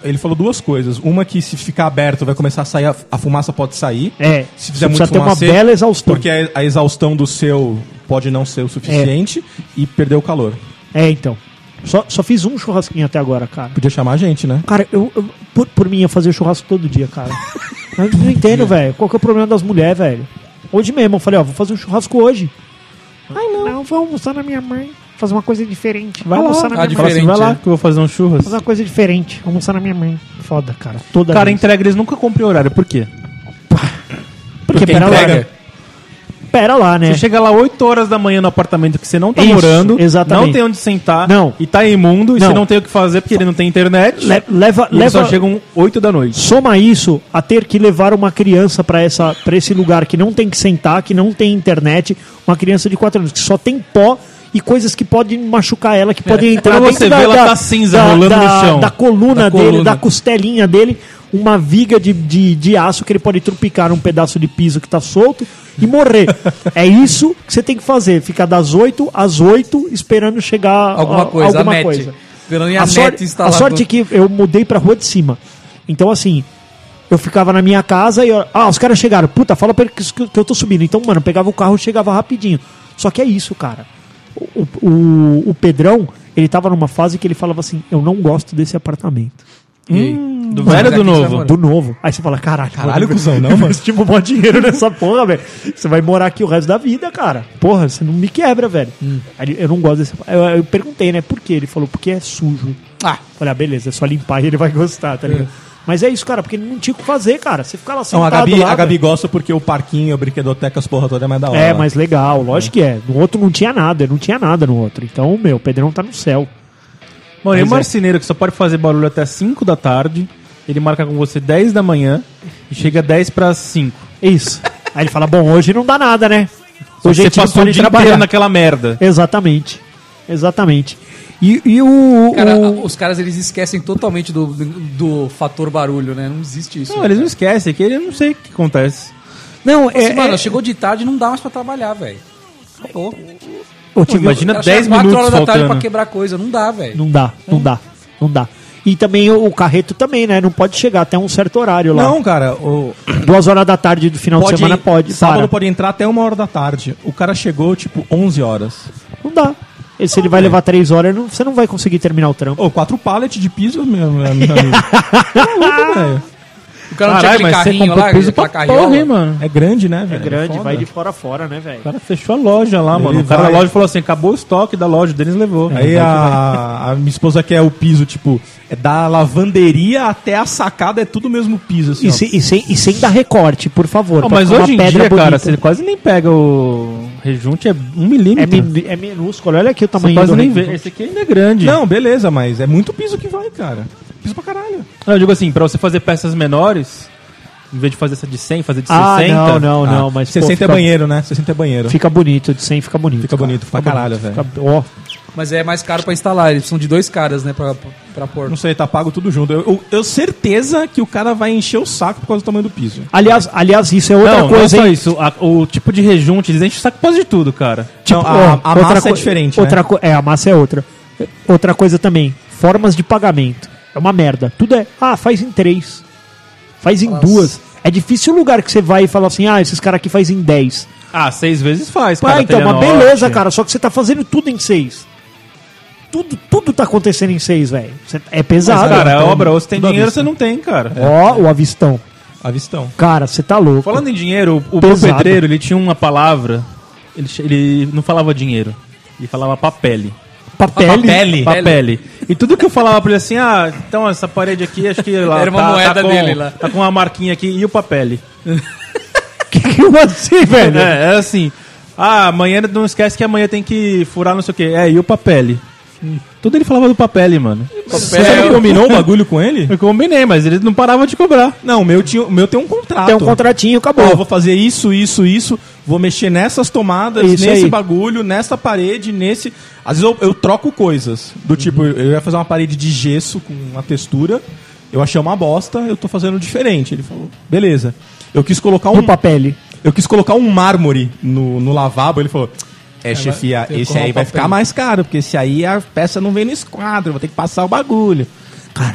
S1: Ele falou duas coisas. Uma que se ficar aberto vai começar a sair, a, a fumaça pode sair.
S2: É,
S1: Se fizer
S2: você
S1: muito
S2: precisa ter uma
S1: fumacê,
S2: bela exaustão.
S1: Porque a, a exaustão do seu pode não ser o suficiente e perder o calor.
S2: É, então. Só, só fiz um churrasquinho até agora, cara.
S1: Podia chamar a gente, né?
S2: Cara, eu, eu- por, por mim, eu fazia churrasco todo dia, cara. Eu não entendo, velho. Qual que é o problema das mulheres, velho? Hoje mesmo, eu falei, ó, vou fazer um churrasco hoje. Ai, não. Não, vou almoçar na minha mãe. Fazer uma coisa tá diferente. é. Vai almoçar na
S3: Ah,
S2: minha
S3: fala
S2: mãe.
S3: assim, vai lá
S4: né?
S3: que eu vou fazer um churras.
S2: Fazer uma coisa diferente. Almoçar na minha mãe. Foda, cara. Toda
S3: Cara,
S2: vez.
S3: entrega eles nunca cumprem horário. Por quê?
S2: Porque, pera lá. né? Pera lá, né?
S3: Você chega lá 8 horas da manhã no apartamento que você não tá
S2: Isso,
S3: morando,
S2: exatamente.
S3: não tem onde sentar
S2: Não.
S3: e tá imundo, e
S2: Não.
S3: você não tem o que fazer porque ele não tem internet.
S2: Le- leva,
S3: e eles
S2: leva,
S3: só chegam 8 da noite.
S2: Soma isso a ter que levar uma criança pra essa para esse lugar que não tem que sentar, que não tem internet, uma criança de 4 anos que só tem pó e coisas que podem machucar ela, que podem entrar
S3: Quando
S2: dentro
S3: É. você vê, ela tá cinza, rolando
S2: da-
S3: no chão.
S2: da coluna
S3: Da
S2: dele,
S3: coluna.
S2: da costelinha dele, uma viga de, de, de aço que ele pode trupicar num pedaço de piso que tá solto e
S3: (laughs)
S2: morrer. é isso que você tem que fazer, ficar das 8 às 8 esperando chegar
S4: Alguma
S2: ó,
S4: coisa,
S2: alguma
S4: a mete.
S2: coisa.
S4: Esperando a,
S2: a,
S4: net
S2: sorte, a
S4: instalar.
S2: sorte é que eu mudei pra rua de cima. Então, assim, eu ficava na minha casa e. eu- ah, os caras chegaram. Puta, fala pra eles que, que eu tô subindo. Então, mano, eu pegava o carro e chegava rapidinho. Só que é isso, cara. O, o, o Pedrão, ele tava numa fase que ele falava assim: eu não gosto desse apartamento.
S3: Hum. Do velho ou do novo?
S2: Do novo. Aí você fala: caralho,
S1: Caralho,
S2: vou
S1: cuzão, não, mano.
S2: (laughs) investir um maior dinheiro nessa porra, velho. Você vai morar aqui o resto da vida, cara. Porra, você não me quebra, velho. Aí ele, eu não gosto desse. Eu, eu perguntei, né, por quê? Ele falou: porque é sujo.
S4: Ah,
S2: Falei, ah, beleza, é só limpar e ele vai gostar, tá ligado? Mas é isso, cara, porque não tinha o que fazer, cara. Você ficar lá sentado
S1: Não, a
S3: Tá
S1: Gabi,
S2: lá,
S1: a Gabi
S2: velho.
S1: gosta porque o parquinho, a brinquedoteca, as porra toda é mais da hora.
S3: Ah.
S2: É, mas legal, lógico que é. No outro não tinha nada, não tinha nada no outro. Então, meu, o Pedrão tá no céu.
S3: Mano, e o
S2: Pois é.
S3: marceneiro que só pode fazer barulho até 5 da tarde, ele marca com você 10 da manhã e chega 10 para 5.
S2: É isso. Aí ele fala, bom, hoje não dá nada, né? Hoje a
S3: Então Você
S2: gente não
S3: passou o
S2: pode
S3: dia
S2: trabalhar.
S3: inteiro naquela merda.
S2: Exatamente. Exatamente.
S3: E, e o...
S4: cara,
S3: o-
S4: os caras eles esquecem totalmente do, do, do fator barulho, né? Não existe isso.
S3: Não, eles não esquecem, é que eu não sei o que acontece.
S2: Não,
S3: é,
S4: Assim, mano, chegou de tarde não dá mais pra trabalhar, velho. Acabou.
S3: Tipo, imagina
S4: O cara
S3: 10
S4: chega é quatro
S3: minutos
S4: horas da tarde pra
S3: faltando.
S4: quebrar coisa. Não dá, velho.
S2: Não dá, não dá, não dá. E também o o carreto também, né? Não pode chegar até um certo horário lá.
S1: Não, cara, o,
S2: Duas horas da tarde do final de semana
S1: en-
S2: pode.
S1: Sábado
S2: para.
S1: pode entrar até uma hora da tarde. O cara chegou, tipo, 11 horas.
S2: Não dá. E se ele vai levar três horas, não- você não vai conseguir terminar o trampo.
S1: Ô, quatro pallets de piso, meu, meu
S2: (laughs)
S1: amigo. Tá louco, velho.
S4: O cara não tinha aquele carrinho lá, aquela
S3: porra, hein,
S4: carriola.
S3: mano?
S1: É grande, né, velho? Foda.
S2: fora a fora, né, velho?
S3: O cara fechou a loja lá, mano.
S1: Ele
S3: o cara
S1: vai- É,
S3: da loja falou assim, acabou o estoque da loja, o Denis levou.
S2: É
S1: Aí a, a minha esposa quer o piso, tipo, é da lavanderia até a sacada, é tudo o mesmo piso, assim.
S2: E,
S1: ó.
S2: se- e sem, e sem dar recorte, por favor.
S3: Ó,
S2: pra
S3: mas
S2: ficar uma
S3: hoje em dia,
S2: pedra
S3: cara,
S2: bonita.
S3: você quase nem pega o rejunte, é um
S2: É,
S3: milímetro.
S2: min- é minúsculo, olha aqui o
S3: você
S2: tamanho
S3: quase nem
S2: recorte.
S3: vê. Esse aqui ainda é grande.
S1: Não, beleza, mas é muito piso que vai, cara. Piso pra caralho.
S3: Não, eu digo assim, pra você fazer peças menores, em vez de fazer essa de 100, fazer de
S2: Ah,
S3: 60.
S2: não, não, não,
S1: Ah,
S2: mas. pô,
S1: 60 é
S2: fica-
S1: banheiro, né? 60 é banheiro.
S2: Fica bonito, de 100 fica bonito.
S1: Fica bonito pra caralho,
S2: Fica- Ó,
S4: Mas é mais caro pra instalar. Eles precisam de dois caras, né? Pra, pra pôr.
S1: Não sei, tá pago tudo junto. Eu, eu, eu certeza que o cara vai encher o saco por causa do tamanho do piso.
S2: Aliás, aliás, isso é outra
S3: não,
S2: coisa,
S3: não é só
S2: hein?
S3: isso. a- o tipo de rejunte, eles enchem o saco quase de tudo, cara.
S1: Não,
S2: Tipo,
S1: a,
S2: ó,
S1: a
S2: outra
S1: massa é
S2: co-
S1: diferente, né?
S2: Outra co- É, a massa é outra. Outra coisa também, formas de pagamento. É uma merda. Tudo é, ah, faz em três. Faz em duas. É difícil o lugar que você vai e fala assim, ah, esses caras aqui faz em dez.
S3: Ah, seis vezes faz,
S2: Ah, então,
S3: Telha
S2: mas
S3: Norte.
S2: beleza, cara, só que você tá fazendo tudo em seis. Tudo, tudo tá acontecendo em seis, velho. Cê- É
S3: Mas,
S2: pesado.
S3: cara, é
S2: Então,
S3: obra, ou você tem
S1: tudo à
S3: dinheiro ou
S1: vista.
S3: você não tem, cara.
S2: Ó, o avistão.
S1: Avistão.
S2: Cara, você tá louco.
S3: Falando em dinheiro, o o
S2: Pesado.
S3: Pedro Pedreiro, ele tinha uma palavra, ele, ch- ele não falava dinheiro, ele falava papele.
S2: papel.
S3: Papele. Papele. E tudo que eu falava pra ele assim, ah, então essa parede aqui, acho que lá
S4: Era uma
S3: tá,
S4: moeda
S3: tá com,
S4: dele lá.
S3: Tá com uma marquinha aqui e o papele.
S2: Que que eu assim, velho?
S3: É, é assim. Ah, amanhã não esquece que amanhã tem que furar não sei o quê. É, e o papele. Hum, Tudo ele falava do papele, mano.
S1: Você
S2: É.
S1: não combinou o bagulho com ele?
S3: Eu combinei, mas ele não parava de cobrar.
S1: Não, o meu, tinha, o meu tem um contrato.
S2: Tem um contratinho,
S1: Pô,
S2: acabou.
S1: eu vou fazer isso, isso, isso. Vou mexer nessas tomadas,
S2: Isso
S1: nesse
S2: aí.
S1: bagulho, nessa parede, nesse. Às vezes eu, eu troco coisas. Do tipo, eu ia fazer uma parede de gesso com uma textura. Eu achei uma bosta, eu tô fazendo diferente. Ele falou, beleza. Eu quis colocar um.
S2: No papel.
S1: Eu quis colocar um mármore no, no lavabo, ele falou. É, chefia, esse aí vai ficar mais caro, porque esse aí a peça não vem no esquadro, eu vou ter que passar o bagulho.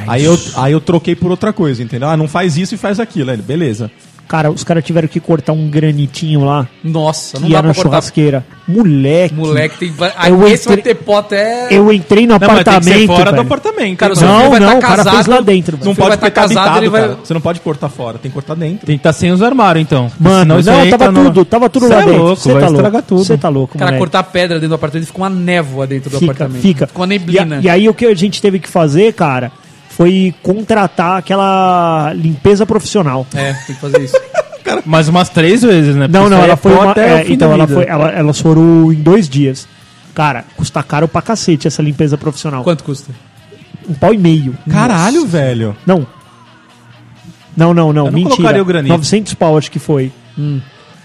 S1: aí, eu, aí eu troquei por outra coisa, entendeu? Ah, não faz isso e faz aquilo. Aí Ele, beleza.
S2: Cara, os caras tiveram que cortar um granitinho lá,
S4: Nossa, não
S2: que
S4: dá
S2: era na
S4: pra cortar.
S2: churrasqueira. Moleque.
S4: Moleque, tem. vai- Aí
S2: Eu
S4: esse vai
S2: entrei-
S4: ter pó até.
S2: Eu entrei no apartamento.
S3: fora do
S2: velho.
S3: apartamento.
S4: Cara,
S3: hein,
S4: o seu
S3: mano?
S4: filho
S2: Não,
S4: vai
S2: não,
S4: tá
S2: o cara
S4: casado,
S2: fez lá dentro,
S4: Seu
S1: Não
S2: velho.
S4: filho
S1: pode ficar
S4: vai estar casado,
S1: habitado,
S4: ele vai.
S1: cara. Você não pode cortar fora, tem que cortar dentro.
S3: Tem que estar sem os armários, então.
S2: Mano,
S3: Senão isso
S2: não,
S3: aí
S2: tava
S3: entra no-
S2: tudo, tava tudo
S3: Cê
S2: lá
S3: é
S2: dentro.
S3: louco,
S2: Você
S3: vai
S2: tá
S3: estragar
S2: louco.
S3: tudo.
S2: Você tá louco,
S4: Cara,
S2: moleque.
S4: cortar pedra dentro do apartamento fica uma névoa dentro do
S2: fica,
S4: apartamento.
S2: fica.
S4: Fica uma neblina.
S2: E, a- e aí o que a gente teve que fazer, cara, foi contratar aquela limpeza profissional.
S4: É, tem que fazer isso.
S3: Mas umas três vezes,
S2: Não,
S3: né? Porque
S2: não,
S3: isso aí
S2: ela
S3: é
S2: foi
S3: pó
S2: uma,
S3: até
S2: é,
S3: o fim
S2: então
S3: da
S2: ela
S3: vida.
S2: foi, ela, elas foram em dois dias. Cara, custa caro pra cacete essa limpeza profissional.
S4: Quanto custa?
S2: Um pau e meio.
S1: Caralho, velho.
S2: Não. Não, não, não.
S3: Eu não
S2: mentira.
S3: colocaria o granito.
S2: 900 pau, acho que foi.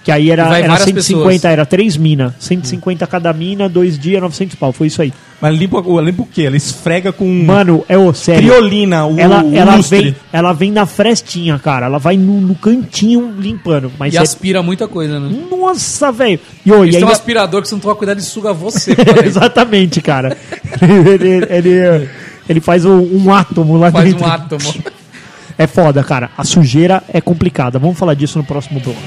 S2: Que aí
S4: E
S2: era,
S4: vai
S2: era
S4: várias
S2: 150,
S4: pessoas.
S2: era três mina. 150 cada mina, dois dias, 900 pau. Foi isso aí.
S1: Mas limpa, limpa o quê? Ela esfrega com
S2: Mano, é o sério.
S1: criolina, o
S4: um
S2: Ela,
S1: o
S2: ela,
S1: lustre.
S2: vem, ela vem na frestinha, cara. Ela vai no, no cantinho limpando. Mas
S4: E
S2: é-
S4: aspira muita coisa, né?
S2: Nossa, velho. E, ô,
S4: Eles
S2: e é
S4: têm
S2: (laughs)
S4: um
S2: ainda- (laughs)
S4: aspirador que se não tomar cuidado, ele suga você. cara.
S2: Exatamente, cara. ele, ele, ele- Ele faz um, um átomo lá
S4: Faz
S2: dentro.
S4: um átomo.
S2: É foda, cara. A sujeira é complicada. Vamos falar disso no próximo bloco.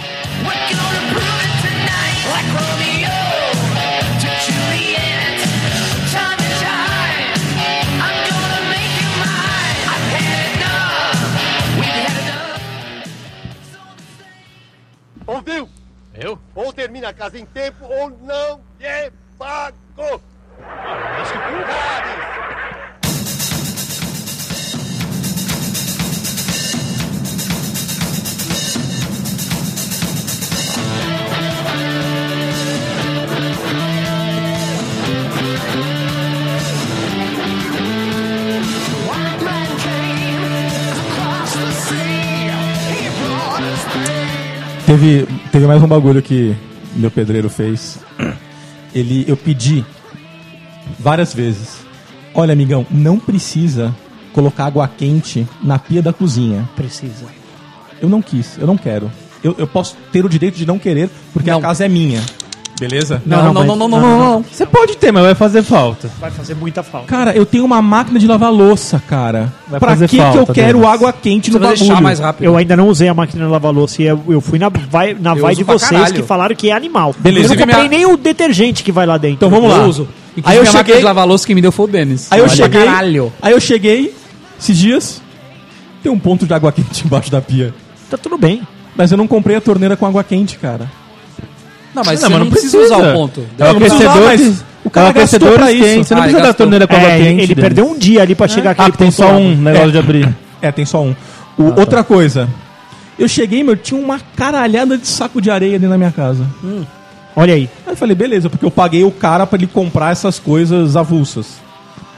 S6: Ouviu? Eu? Ou termina a casa em tempo ou não lhe pago. Mas que
S1: Teve, teve mais um bagulho que meu pedreiro fez. Ele, eu pedi várias vezes. Olha, amigão, não precisa colocar água quente na pia da cozinha.
S2: Precisa.
S1: Eu não quis, eu não quero. Eu, eu posso ter o direito de não querer, porque
S4: Não.
S1: a casa é minha. Beleza?
S4: Não, não, não,
S2: mas-
S4: não, não, não, não.
S3: Você pode ter, mas vai fazer falta.
S2: Vai fazer muita falta.
S1: Cara, eu tenho uma máquina de lavar louça, cara.
S3: Vai
S1: pra
S3: fazer
S1: que,
S3: falta,
S1: que eu quero
S3: Denis.
S1: água quente no
S4: Você vai
S1: bagulho?
S4: deixar mais rápido.
S2: Eu ainda não usei a máquina de lavar louça e eu, eu fui na vai, na vai
S4: uso
S2: de
S4: pra
S2: vocês
S4: caralho.
S2: que falaram que é animal.
S1: Beleza.
S2: Eu não comprei
S4: Inclusive,
S2: nem o detergente que vai lá dentro.
S1: Então vamos lá.
S4: Eu uso. Inclusive,
S1: Aí eu
S4: a máquina
S1: cheguei-
S4: de lavar louça que me deu foi o Denis.
S1: Aí eu
S4: Olha,
S1: cheguei.
S4: Caralho.
S1: Aí eu cheguei esses dias. Tem um ponto de água quente (laughs) embaixo da pia.
S2: Tá tudo bem.
S1: Mas eu não comprei a torneira com água quente, cara.
S4: Não, Ah, mas
S3: Não,
S4: você
S3: mas
S4: não,
S3: não
S4: precisa,
S3: precisa.
S4: usar o ponto.
S3: É o
S1: Não, precisa,
S3: aquecedor,
S1: mas
S3: o cara é o
S1: gastou
S3: aquecedor
S1: pra
S3: pra isso.
S1: isso.
S3: Você não
S4: Ah,
S3: precisa da
S4: gastou.
S3: torneira Tá com água
S2: É,
S3: quente.
S2: ele
S3: Denis.
S2: perdeu um dia ali pra chegar
S3: Ah,
S2: aquele
S3: que tem
S2: ponto
S3: só
S2: lá.
S3: um negócio de abrir.
S1: É, tem só um. O-
S2: Ah, tá.
S1: outra coisa. Eu cheguei, meu, tinha uma caralhada de saco de areia dentro da minha casa.
S2: Olha aí.
S1: Aí eu falei, beleza, porque eu paguei o cara pra ele comprar essas coisas avulsas,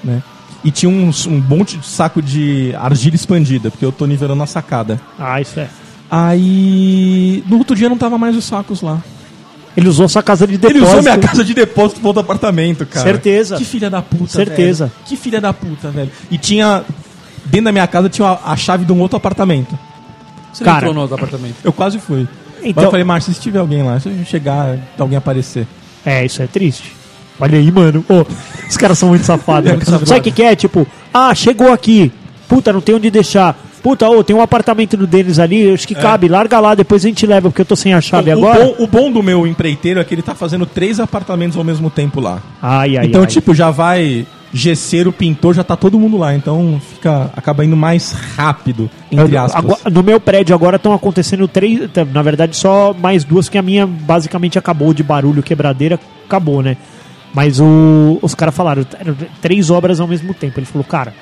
S1: né? E tinha uns- um monte de saco de argila expandida, porque eu tô nivelando a sacada.
S2: Ah, isso é.
S1: Aí. No outro dia não tava mais os sacos lá.
S2: Ele usou sua casa de
S1: Ele
S2: depósito.
S1: usou minha casa de depósito pro outro apartamento, cara.
S2: Certeza.
S1: Que filha da puta,
S2: Certeza.
S1: velho. Que filha da puta, velho. E tinha. Dentro da minha casa tinha a, a chave de um outro apartamento.
S4: Você
S2: Cara.
S4: entrou no outro apartamento.
S1: Eu quase fui. Então...
S2: Então-
S1: Eu falei, Márcio, se tiver alguém lá, se eu chegar, alguém aparecer.
S2: É, isso é triste. Olha aí, mano. Ô, os caras são muito safados. mano. Sabe o que, que é? Tipo, ah, chegou aqui. Puta, não tem onde deixar. Puta, ô, tem um apartamento do Denis ali, acho que cabe. Larga lá, depois a gente leva, porque eu tô sem a chave
S1: o, o
S2: agora.
S1: bom, o bom do meu empreiteiro é que ele tá fazendo três apartamentos ao mesmo tempo lá.
S2: Ai, ai,
S1: então,
S2: ai.
S1: tipo, já vai gesseiro, pintor, já tá todo mundo lá. Então fica. acaba indo mais rápido, entre
S2: Eu-
S1: aspas.
S2: agora- no meu prédio agora estão acontecendo três, tá, na verdade só mais duas, que a minha basicamente acabou de barulho, quebradeira, acabou, né? Mas o- os caras falaram, eram três obras ao mesmo tempo. Ele falou, cara,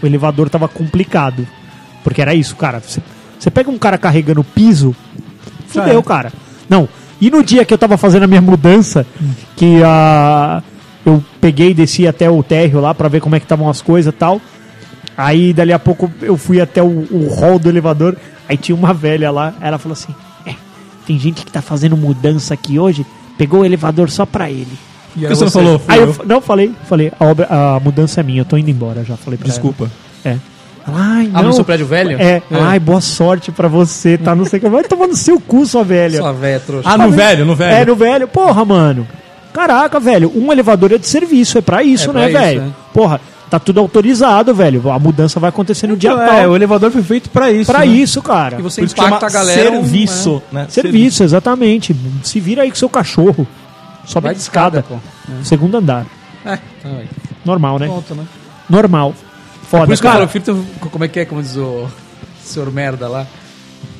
S2: o elevador tava complicado. Porque era isso, cara. Você, você pega um cara carregando piso,
S1: É.
S2: fudeu, cara. Não. E no dia que eu tava fazendo a minha mudança, que a. Eu peguei e desci até o térreo lá pra ver como é que estavam as coisas e tal. Aí dali a pouco eu fui até o, o hall do elevador, aí tinha uma velha lá, ela falou assim: "É, tem gente que tá fazendo mudança aqui hoje, pegou o elevador só pra ele.
S4: E
S1: Por
S4: era
S1: que você não
S4: você.
S1: falou? Fui
S2: Aí eu,
S1: eu.
S2: fa- não falei, falei, a, obra- a mudança é minha, eu tô indo embora já, falei pra
S1: Desculpa.
S2: ela. É. Ela, Ai, não.
S4: Ah, no seu prédio velho?
S2: É, ai, boa sorte pra você, tá? Não sei o que. Vai tomar no seu cu, sua velha.
S4: Sua véia trouxa.
S1: Ah, no velho, no velho.
S2: É, no velho. Porra, mano. Caraca, velho. Um elevador é de serviço, é pra isso, né,
S4: É pra isso,
S2: velho?
S4: é.
S2: Porra, tá tudo autorizado, velho. A mudança vai acontecer no dia
S3: Então,
S2: tal.
S3: é, o elevador foi feito pra isso.
S2: Pra
S3: né?
S2: isso, cara.
S4: E você
S1: Por isso que chama
S4: impacta a galera. um-
S1: Serviço, né?
S2: Serviço, exatamente. Se vira aí com seu cachorro. Sobe
S4: Vai
S2: de escada.
S4: de escada,
S2: Segundo andar.
S4: É, É, tá aí.
S2: Normal, né?
S4: Pronto, né?
S2: Normal. Foda,
S4: Por isso que eu
S2: cara.
S4: falo, filho, tem- como é que é, como diz o senhor merda lá?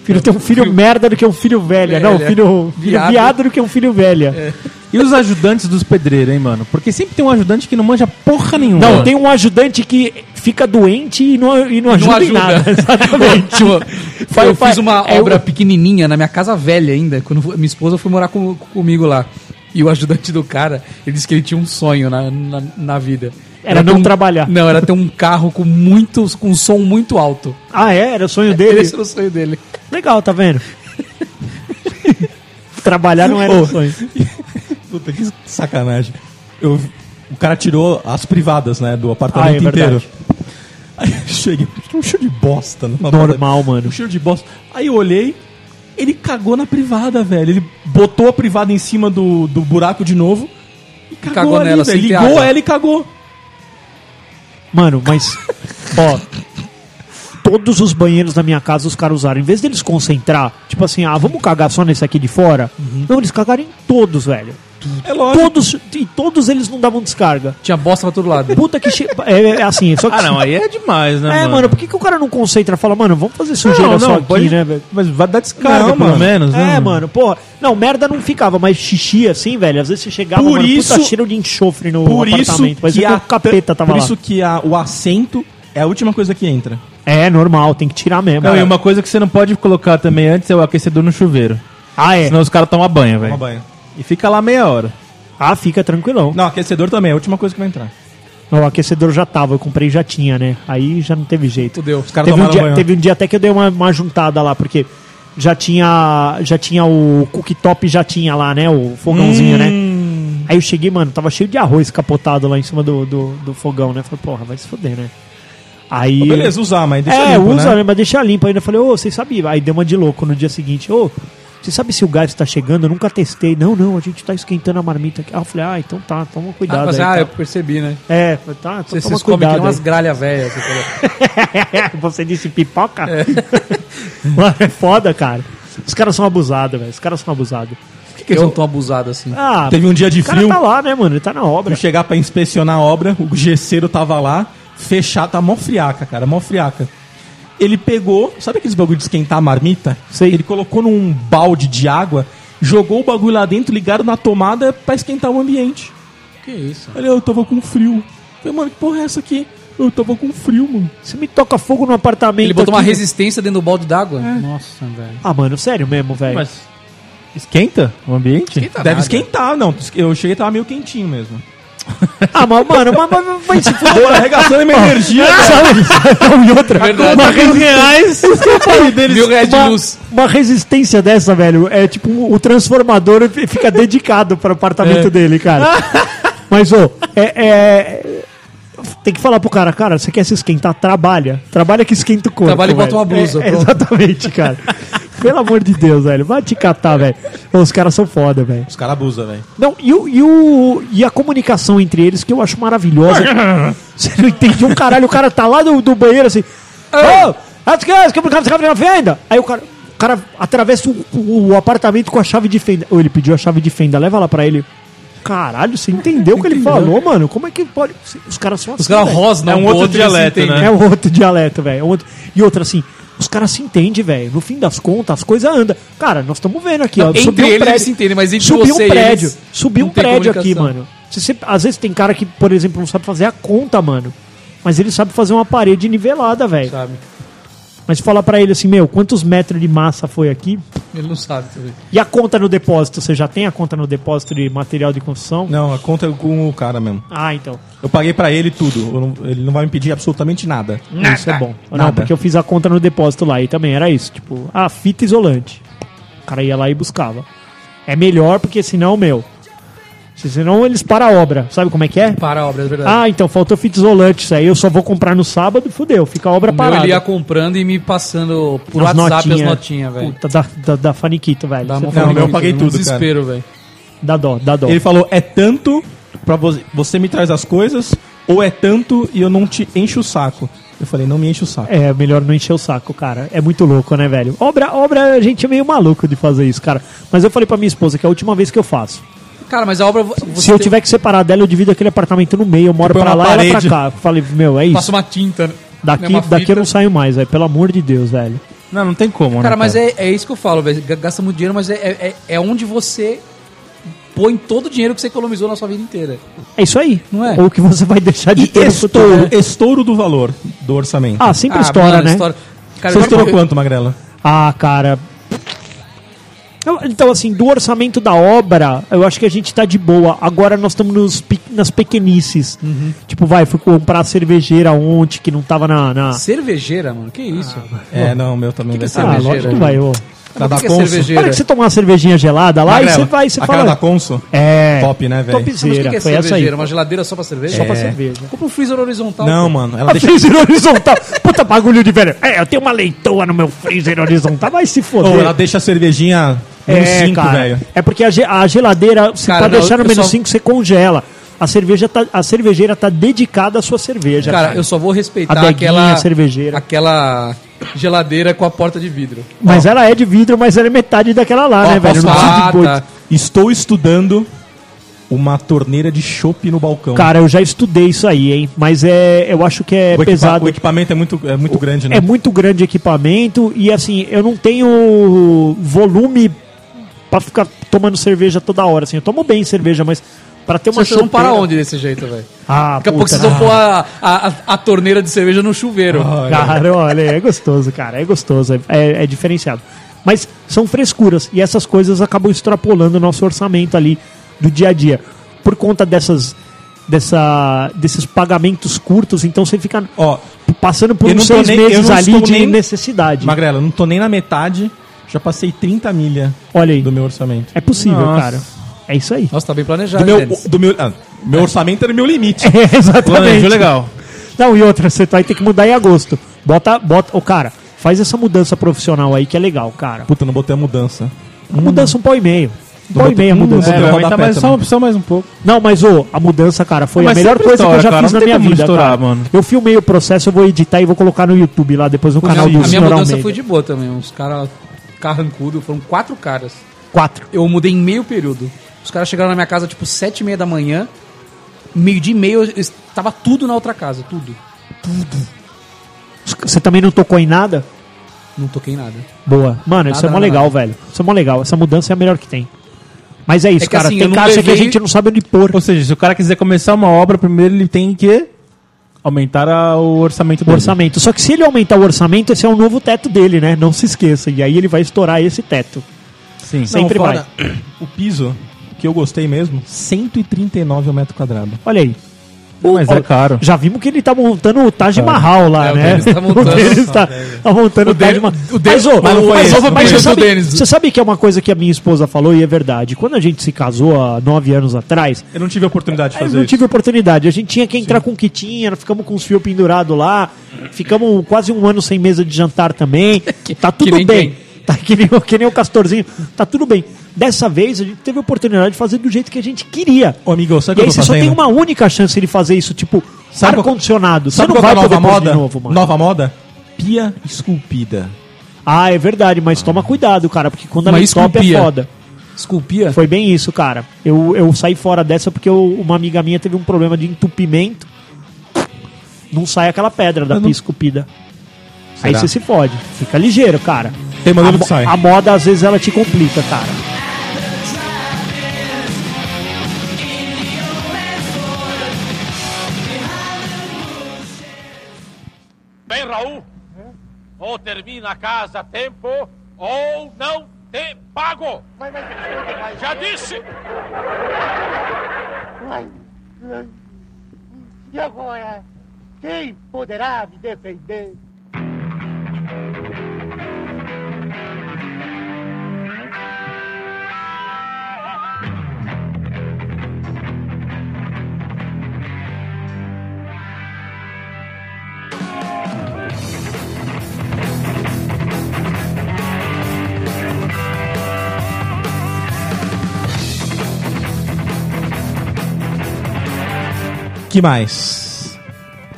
S2: Filho tem um filho merda do que um filho velha. Não,
S4: Velha.
S2: filho, filho
S4: Viado. É.
S2: viado do que um filho velha.
S3: E os ajudantes dos pedreiros, hein, mano? Porque sempre tem um ajudante que não manja porra nenhuma.
S2: Não, tem um ajudante que fica doente e não, e não ajuda, em
S4: ajuda. (laughs)
S2: nada. Exatamente.
S4: Tipo,
S2: Vai,
S4: eu
S2: vai.
S4: fiz uma
S2: É,
S4: obra
S2: eu-
S4: pequenininha na minha casa velha ainda, quando fu- minha esposa foi morar com- comigo lá. E o ajudante do cara, ele disse que ele tinha um sonho na, na, na vida.
S2: Era
S4: ter
S2: não
S4: um-
S2: trabalhar.
S4: Não, era ter um carro com muitos, com um som muito alto.
S2: Ah, é? Era o sonho dele?
S4: Esse era o sonho dele.
S2: Legal, tá vendo? Trabalhar não era um sonho.
S1: Puta, que sacanagem. Eu, o cara tirou as privadas, né, do
S2: Ah, é
S1: apartamento
S2: verdade.
S1: inteiro. Aí eu cheguei, um cheiro de bosta. Numa
S2: Normal,
S1: porta-
S2: mano.
S1: Um cheiro de bosta. Aí eu olhei, ele cagou na privada, velho. Ele botou a privada em cima do, do buraco de novo e cagou,
S4: Cagou
S1: ali,
S4: nela,
S1: velho.
S4: sem ter
S1: Ligou
S4: água.
S1: ela e cagou.
S2: Mano, mas. Ó. Todos os banheiros da minha casa os caras usaram. Em vez deles concentrar, tipo assim, ah, vamos cagar só nesse aqui de fora.
S3: Uhum.
S2: Não, eles cagaram em todos, velho.
S1: É lógico.
S2: Todos, e todos eles não davam descarga.
S4: Tinha bosta pra todo lado. (laughs)
S2: Puta que che... é, é assim, só que.
S3: Ah, não, aí é demais, né?
S2: É, mano, por que, que o cara não concentra e fala, mano, vamos fazer sujeira
S3: não,
S2: só
S3: não,
S2: aqui,
S3: pode-
S2: né, velho?
S3: Mas vai dar descarga,
S1: Não,
S3: pelo
S1: mano.
S3: menos, né?
S2: É, mano, porra. Não, merda não ficava, mas xixi assim, velho. Às vezes você chegava
S1: Por
S2: mano,
S1: isso-
S2: puta cheiro de enxofre no
S1: Por isso
S2: apartamento. Mas
S1: que
S2: o
S1: a
S2: capeta tava
S1: Por
S2: lá.
S1: isso que a- o assento é a última coisa que entra.
S2: É normal, tem que tirar mesmo.
S3: Não, e
S2: velho.
S3: uma coisa que você não pode colocar também antes é o aquecedor no chuveiro.
S2: Ah, é.
S3: Senão os caras tomam banho,
S1: Toma
S3: velho.
S1: banho.
S3: E fica lá meia hora.
S2: Ah, fica tranquilão.
S1: Não, aquecedor também, é a última coisa que vai entrar.
S2: O aquecedor já tava, eu comprei e já tinha, né? Aí já não teve jeito.
S4: Fudeu. Os caras
S2: Teve um,
S1: tomaram
S2: dia,
S1: banho.
S2: teve um dia até que eu dei uma, uma juntada lá, porque já tinha, já tinha o cooktop, já tinha lá, né? O fogãozinho,
S4: Hum.
S2: né? Aí eu cheguei, mano, tava cheio de arroz capotado lá em cima do, do, do fogão, né? Falei, porra, vai se foder, né? Aí.
S4: Ah,
S1: Pô, beleza, usar, mas deixa
S2: é,
S1: limpo,
S2: usa,
S1: né?
S2: né? Mas deixa limpo. Ainda falei, ô, vocês sabem. Aí deu uma de louco no dia seguinte. Ô, você sabe se o gás tá chegando? Eu nunca testei. Não, não, a gente tá esquentando a marmita aqui. Ah, eu falei, ah, então tá, toma cuidado.
S4: Ah,
S2: aí,
S4: mas, ah,
S2: tá.
S4: eu percebi, né?
S2: É, falei, tá, então
S4: Vocês,
S2: toma
S4: vocês comem que
S2: cuidado.
S4: nem umas gralhas velhas. você falou.
S2: aí. (laughs) Você disse pipoca? (laughs) Mano, é foda, cara. Os caras são abusados, velho. Os caras são abusados.
S4: Por que, que eles não tão abusados assim?
S2: Ah,
S1: Teve um dia de
S2: o cara
S1: frio,
S2: tá lá, né, mano? Ele tá na obra.
S1: fui chegar pra inspecionar a obra, o gesseiro tava lá, fechado, tá mó friaca, cara, mó friaca. Ele pegou, sabe aqueles bagulho de esquentar a marmita?
S2: Sei.
S1: Ele colocou num balde de água, jogou o bagulho lá dentro, ligaram na tomada pra esquentar o ambiente.
S4: Que isso?
S1: Ele, eu tava com frio. Eu Falei, mano, que porra é essa aqui? Eu tava com frio, mano.
S2: Você me toca fogo no apartamento.
S4: Ele botou uma
S2: tá aqui. É.
S4: resistência dentro do balde d'água? Nossa, velho.
S2: Ah, mano, sério mesmo, velho.
S3: Mas esquenta o ambiente?
S1: Deve esquentar, não. Eu cheguei e tava meio quentinho mesmo.
S2: Ah, mas, mano, mas, tipo- mas vai se
S1: Pô, (laughs)
S2: fuder.
S1: arregaçando minha energia.
S2: Sabe? E outra.
S4: Verdade.
S2: Uma resistência.
S4: Mil reais de
S2: uma-
S4: luz.
S2: Uma resistência dessa, velho. É tipo, um- o transformador f- fica dedicado para o
S4: É.
S2: apartamento dele, cara.
S4: (laughs)
S2: Mas, ô, é, é- Tem que falar pro cara, cara, você quer se esquentar? Trabalha. Trabalha que esquenta o corpo.
S4: Trabalha e bota
S2: velho.
S4: uma blusa,
S2: É, é,
S4: pronto.
S2: exatamente, cara. Pelo amor de Deus, velho. Vai te catar, velho. Ô, Os caras são foda, velho.
S1: Os caras abusam, velho.
S2: Não, e, o, e, o- e a comunicação entre eles que eu acho maravilhosa.
S4: (laughs)
S2: Você não entende um caralho, o cara tá lá do, do banheiro assim. Ô, as crianças que brincavam, ficavam na fenda. Aí o cara, o cara atravessa o, o- o apartamento com a chave de fenda. Ou ele pediu a chave de fenda, leva lá pra ele. Caralho, você entendeu o que ele falou, mano? Como é que pode. Os caras são assim.
S4: Os caras
S2: velho.
S4: rosnam
S3: É um
S4: pro
S3: outro
S4: eles
S3: dialeto,
S4: entendem.
S3: né?
S2: É um outro dialeto, velho. é um outro- E outra assim. Os caras se entendem, velho. No fim das contas, as coisas andam. Cara, nós estamos vendo aqui, ó.
S4: Entre
S2: subiu um
S4: eles
S2: prédio.
S4: eles se entendem, mas entre
S2: Subiu
S4: você
S2: um
S4: e
S2: prédio.
S4: eles
S2: Subiu um
S4: não tem
S2: prédio
S4: comunicação.
S2: aqui, mano. Se você- às vezes tem cara que, por exemplo, não sabe fazer a conta, mano. Mas ele sabe fazer uma parede nivelada, velho.
S4: Sabe?
S2: Mas falar pra ele assim, meu, quantos metros de massa foi aqui?
S4: Ele não sabe também.
S2: E a conta no depósito? Você já tem a conta no depósito de material de construção?
S1: Não, a conta é com o cara mesmo.
S2: Ah, então.
S1: Eu paguei pra ele tudo. Eu não- ele não vai me pedir absolutamente nada.
S2: Isso é bom.
S1: Nada.
S2: Não, porque eu fiz a conta no depósito lá e também era isso. Tipo, ah, fita isolante. O cara ia lá e buscava. É melhor porque senão, meu. se- Senão eles param a obra. Sabe como é que é?
S4: Para a obra, é verdade.
S2: Ah, então faltou fita isolante. Isso aí eu só vou comprar no sábado, fudeu. Fica a obra
S4: o meu
S2: parada.
S4: ele ia comprando e me passando por
S2: As
S4: WhatsApp
S2: notinha.
S4: as notinhas, velho.
S2: Puta, da, da, da faniquito, velho.
S4: Dá
S2: Você tá
S4: uma
S2: fala,
S1: Não, meu eu
S4: fome,
S1: paguei
S4: um
S1: tudo, cara.
S4: desespero, velho.
S2: Dá dó, dá dó.
S1: Ele falou: é tanto pra vo- você me traz as coisas, ou é tanto e eu não te encho o saco. Eu falei: não me enche o saco.
S2: É, melhor não encher o saco, cara. É muito louco, né, velho? Obra, obra, a gente é meio maluco de fazer isso, cara. Mas eu falei pra minha esposa que é a última vez que eu faço.
S4: Cara, mas a obra. você
S2: Se eu
S4: tem-
S2: tiver que separar dela, eu divido aquele apartamento no meio. Eu moro
S1: põe
S2: pra
S1: uma
S2: lá e ela
S1: parede.
S2: pra cá. Eu falei, meu, é
S4: Passa
S2: isso.
S4: uma tinta. né?
S2: Daqui,
S4: Uma
S2: daqui eu
S4: fita.
S2: não saio mais, velho. Pelo amor de Deus, velho.
S3: Não, não tem como, né?
S4: Cara, mas é, é isso que eu falo, velho. Ga- Gasta muito dinheiro, mas é, é, é- é onde você põe todo o dinheiro que você economizou na sua vida inteira.
S2: É isso aí.
S4: Não é?
S2: Ou que você vai (laughs) deixar de
S1: E
S2: ter no futuro,
S1: estouro,
S2: né?
S1: estouro do valor do orçamento.
S2: Ah, sempre
S4: Ah,
S2: estoura,
S4: mano,
S2: né?
S4: estoura. Cara,
S1: Você
S4: eu-
S1: estourou
S4: eu-
S1: quanto, Magrela?
S2: Ah, cara. Eu- Então, assim, do orçamento da obra, eu acho que a gente tá de boa. Agora nós estamos nos pe- nas pequenices.
S1: Uhum.
S2: Tipo, vai, fui comprar a cervejeira ontem, que não tava na. Ah, na...
S4: Cervejeira, mano. Que isso?
S1: É, não, o meu também deve
S4: que
S1: ser.
S4: é
S2: Ah,
S4: cervejeira,
S2: lógico que
S4: né?
S2: vai, ô.
S1: Da
S4: Por que que é
S1: Consul.
S4: cervejeira?
S2: tá Para que você tá tomar uma cervejinha gelada lá e você vai, você
S1: Aquela
S2: fala.
S1: da Consul?
S2: É.
S1: Top, né, velho?
S4: Mas o que
S2: Topzera.
S4: que é
S2: Foi essa aí. É.
S4: cervejeira? Uma geladeira só pra cerveja?
S2: Só pra cerveja.
S4: Compra um freezer horizontal.
S1: Não,
S4: pô.
S1: mano, é. ela
S2: A
S1: deixa.
S2: freezer horizontal. Puta bagulho de velho. É, eu tenho uma leitoa no meu freezer horizontal. Vai se foder.
S1: Ou ela deixa a cervejinha no
S2: É,
S1: 5,
S2: cara.
S1: velho.
S2: É porque a, ge- a geladeira, se
S4: Cara,
S2: pode
S4: não,
S2: deixar no
S4: eu
S2: menos
S4: só-
S2: 5, você assim congela. A A, cerveja tá, a cervejeira tá dedicada à sua cerveja.
S4: Cara, eu só vou
S2: A
S4: respeitar
S2: beguinha,
S4: aquela
S2: a tá. cervejeira.
S4: aquela geladeira com a porta de vidro.
S2: Mas ela é de vidro, mas ela é metade daquela lá,
S4: Ó,
S2: né, velho?
S4: posso
S2: Não precisa de
S4: falar?
S2: boi.
S4: Ah, tá.
S1: Estou estudando uma torneira de chopp no balcão.
S2: Cara, eu já estudei isso aí, hein? Mas é, eu acho que é
S1: o, equipa-
S2: pesado.
S1: o equipamento é muito, é muito grande, né?
S2: É muito grande o equipamento e assim, eu não tenho volume pra ficar tomando cerveja toda hora. Assim, eu tomo bem cerveja, mas pra ter uma
S4: Vocês vão para
S2: chopeira-
S4: onde desse jeito, velho?
S2: Ah,
S4: Daqui a pouco
S2: puta,
S4: vocês vão
S2: ah.
S4: pôr a, a, a- a torneira de cerveja no chuveiro.
S2: Cara, olha, é gostoso, cara, é gostoso, é, é diferenciado. Mas são frescuras e essas coisas acabam extrapolando o nosso orçamento ali do dia a dia. Por conta dessas, dessa, desses pagamentos curtos, então você fica
S1: Ó,
S2: passando por
S1: eu
S2: uns
S1: não tô
S2: seis
S1: nem- eu
S2: meses
S1: não
S2: ali
S1: estou
S2: de
S1: nem-
S2: necessidade.
S1: Magrela, eu não tô nem na metade, já passei 30 milha
S2: Olha aí,
S1: do meu orçamento.
S2: é possível,
S3: Nossa.
S2: cara. É isso aí.
S4: Nossa, tá bem planejado.
S1: Do meu,
S4: Denis.
S1: do meu, ah, meu orçamento era o meu limite.
S2: (laughs) É,
S3: Planejo legal.
S2: Não, e outra, você vai ter que mudar em agosto. Bota, bota, ô cara, faz essa mudança profissional aí que é legal, cara.
S1: Puta, não botei a mudança.
S2: A mudança um pau e meio. Um pau e
S1: botei-
S2: meio a
S1: hum,
S2: mudança.
S1: botei-
S3: É,
S1: Rodar
S3: aguenta
S1: pé
S3: mais, só,
S1: também.
S3: só mais um pouco.
S2: Não, mas ô, a mudança, cara, foi
S3: Mas
S2: a melhor
S3: sempre
S2: coisa que eu
S3: estoura,
S2: já
S3: cara,
S2: fiz
S3: não
S2: na
S3: tem
S2: minha
S3: como
S2: vida.
S3: estourar,
S2: cara.
S3: mano.
S2: Eu filmei o processo, eu vou editar e vou colocar no YouTube lá depois no canal
S4: Sim,
S2: do
S4: é a minha
S2: Senhor
S4: mudança
S2: Almeida.
S4: foi de boa também. Uns caras carrancudo, foram quatro caras.
S2: Quatro.
S4: Eu mudei em meio período. Os caras chegaram na minha casa tipo sete e meia da manhã. Meio dia e meio, eu eu- tava tudo na outra casa, tudo.
S2: Você também não tocou em nada?
S4: Não toquei em nada.
S2: Boa. Mano, isso
S4: Nada,
S2: é mó
S4: nada,
S2: legal,
S4: nada.
S2: velho. Isso é mó legal. Essa mudança é a melhor que tem. Mas é isso,
S4: É que
S2: cara.
S4: assim, eu
S2: tem
S4: não
S2: caixa que a
S4: levei-
S2: gente não sabe onde pôr.
S3: Ou seja, se o cara quiser começar uma obra, primeiro ele tem que aumentar a- o orçamento
S2: O
S3: dele.
S2: orçamento. Só que se ele aumentar o orçamento, esse é o novo teto dele, né? Não se esqueça. E aí ele vai estourar esse teto.
S3: Sim.
S2: Sempre vai.
S1: fora, O piso, que eu gostei mesmo, 139 ao metro quadrado.
S2: Olha aí. Uh,
S3: Mas é caro.
S2: Já vimos que ele tá montando o Taj Mahal lá,
S4: É, o
S2: né?
S4: Denis tá
S2: (laughs)
S4: montando.
S2: o Denis tá, tá montando o, Taj
S4: Den-
S2: Mahal.
S4: o Den-
S2: Mas, ô,
S4: mas não foi
S2: mas,
S4: esse,
S2: ô,
S4: não
S2: mas
S4: foi
S2: você,
S4: esse, o
S2: sabe,
S4: Denis.
S2: você sabe que é uma coisa que a minha esposa falou e é verdade. Quando a gente se casou há nove anos atrás,
S1: Eu não tive a oportunidade de
S2: eu
S1: fazer
S2: não
S1: isso.
S2: tive oportunidade. A gente tinha que entrar com o que tinha, ficamos com os fios pendurados lá, ficamos quase um ano sem mesa de jantar também. Tá
S4: (laughs) que
S2: tudo
S4: nem
S2: bem.
S4: quem.
S2: Tá que nem, o- que nem o Castorzinho. Tá tudo bem. Dessa vez a gente teve a oportunidade de fazer do jeito que a gente queria.
S1: Ô, amigo, sabe o
S2: E
S1: que eu
S2: aí
S1: tô
S2: você só tem
S1: fazendo?
S2: uma única chance de fazer isso, tipo,
S1: Sabe qual-
S2: ar-condicionado. Você
S1: Sabe
S2: não
S1: qual que é
S2: vai
S1: a
S2: poder
S1: nova
S2: pôr de
S1: moda?
S2: novo, mano.
S1: Nova moda? Pia esculpida.
S2: Ah, é verdade, mas toma cuidado, cara, porque quando ela
S4: Mas
S2: entope é
S4: esculpia.
S2: foda.
S4: Esculpia?
S2: Foi bem isso, cara. Eu, eu saí fora dessa porque eu- uma amiga minha teve um problema de entupimento. Não sai aquela pedra da
S1: Eu
S2: pia
S1: não-
S2: esculpida. Aí
S1: Será?
S2: você se fode. Fica ligeiro, cara.
S1: Tem
S2: a,
S1: modelo
S2: mo-
S1: que sai.
S2: a moda, às vezes, ela te complica, cara.
S5: Bem, Raul, ou termina a casa a tempo, ou não te pago. Já disse.
S6: E agora? Quem poderá me defender?
S1: que mais?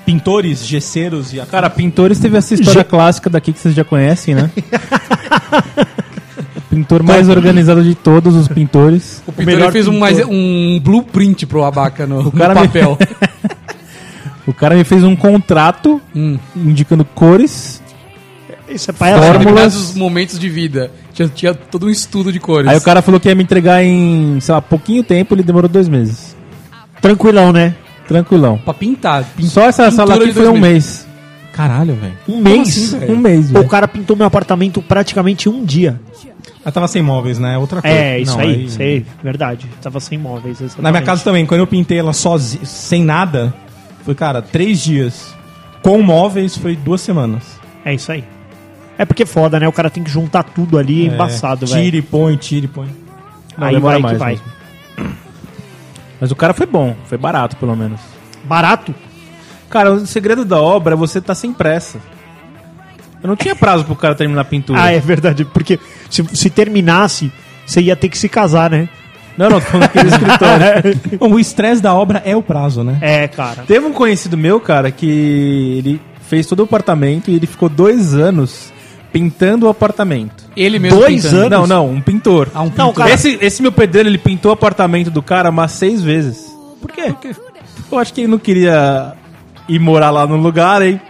S1: Pintores, gesseiros e a...
S3: Cara, pintores teve essa história
S2: Já-
S3: clássica daqui que vocês já conhecem, né? Pintor mais organizado de todos os pintores.
S4: O pintor ele fez um, mais, um blueprint pro abaca no, no
S3: cara me-
S2: (laughs)
S4: papel.
S3: O cara me fez um contrato
S4: Hum.
S3: indicando cores.
S2: Isso é pra ela.
S3: Fórmula.
S4: Determinados momentos de vida. Tinha, tinha todo um estudo de cores.
S3: Aí o cara falou que ia me entregar em, sei lá, pouquinho tempo, ele demorou dois meses.
S2: Tranquilão, né?
S3: Tranquilão.
S4: Pra pintar. pin-
S3: Só essa sala
S4: Pintura
S3: aqui
S4: de
S3: foi um
S4: 2000.
S3: mês.
S1: Caralho, velho.
S2: Um mês.
S3: assim, velho? Um mês, velho.
S2: O cara pintou meu apartamento praticamente um dia.
S1: Ela tava sem móveis, né? Outra coisa.
S2: É, isso
S1: Não,
S2: aí, isso aí, verdade. Tava sem móveis.
S1: Na minha
S2: exatamente.
S1: casa também, quando eu pintei ela sozinha, sem nada, foi, cara, três dias. Com móveis foi duas semanas.
S2: É isso aí. É porque é foda, né? O cara tem que juntar tudo ali, é embaçado,
S1: É,
S2: velho.
S1: Tira e põe, tira e põe.
S3: Não,
S2: Aí
S3: demora
S2: vai que
S3: mais
S2: vai.
S3: mesmo. Mas o cara foi bom, foi barato pelo menos.
S2: Barato?
S3: Cara, o segredo da obra é você tá sem pressa. Eu não tinha prazo pro cara
S1: Ah, é.
S3: terminar a pintura.
S2: Ah, é verdade. Porque se, se terminasse, você ia ter que se casar, né?
S3: Não, não, tô
S1: (laughs)
S3: falando aquele escritor.
S1: Bom, o estresse da obra é o prazo, né?
S2: (laughs) É, cara.
S3: Teve um conhecido meu, cara, que ele fez todo o apartamento e ele ficou dois anos pintando o apartamento.
S4: Ele mesmo
S2: Dois
S4: pintando.
S2: anos?
S3: Não, não, um pintor.
S4: Ah, um
S2: Não,
S4: pintor.
S2: cara.
S3: Esse, esse meu pedreiro, ele pintou o apartamento do cara umas seis vezes. Por quê? Eu acho que ele não queria ir morar lá no lugar, aí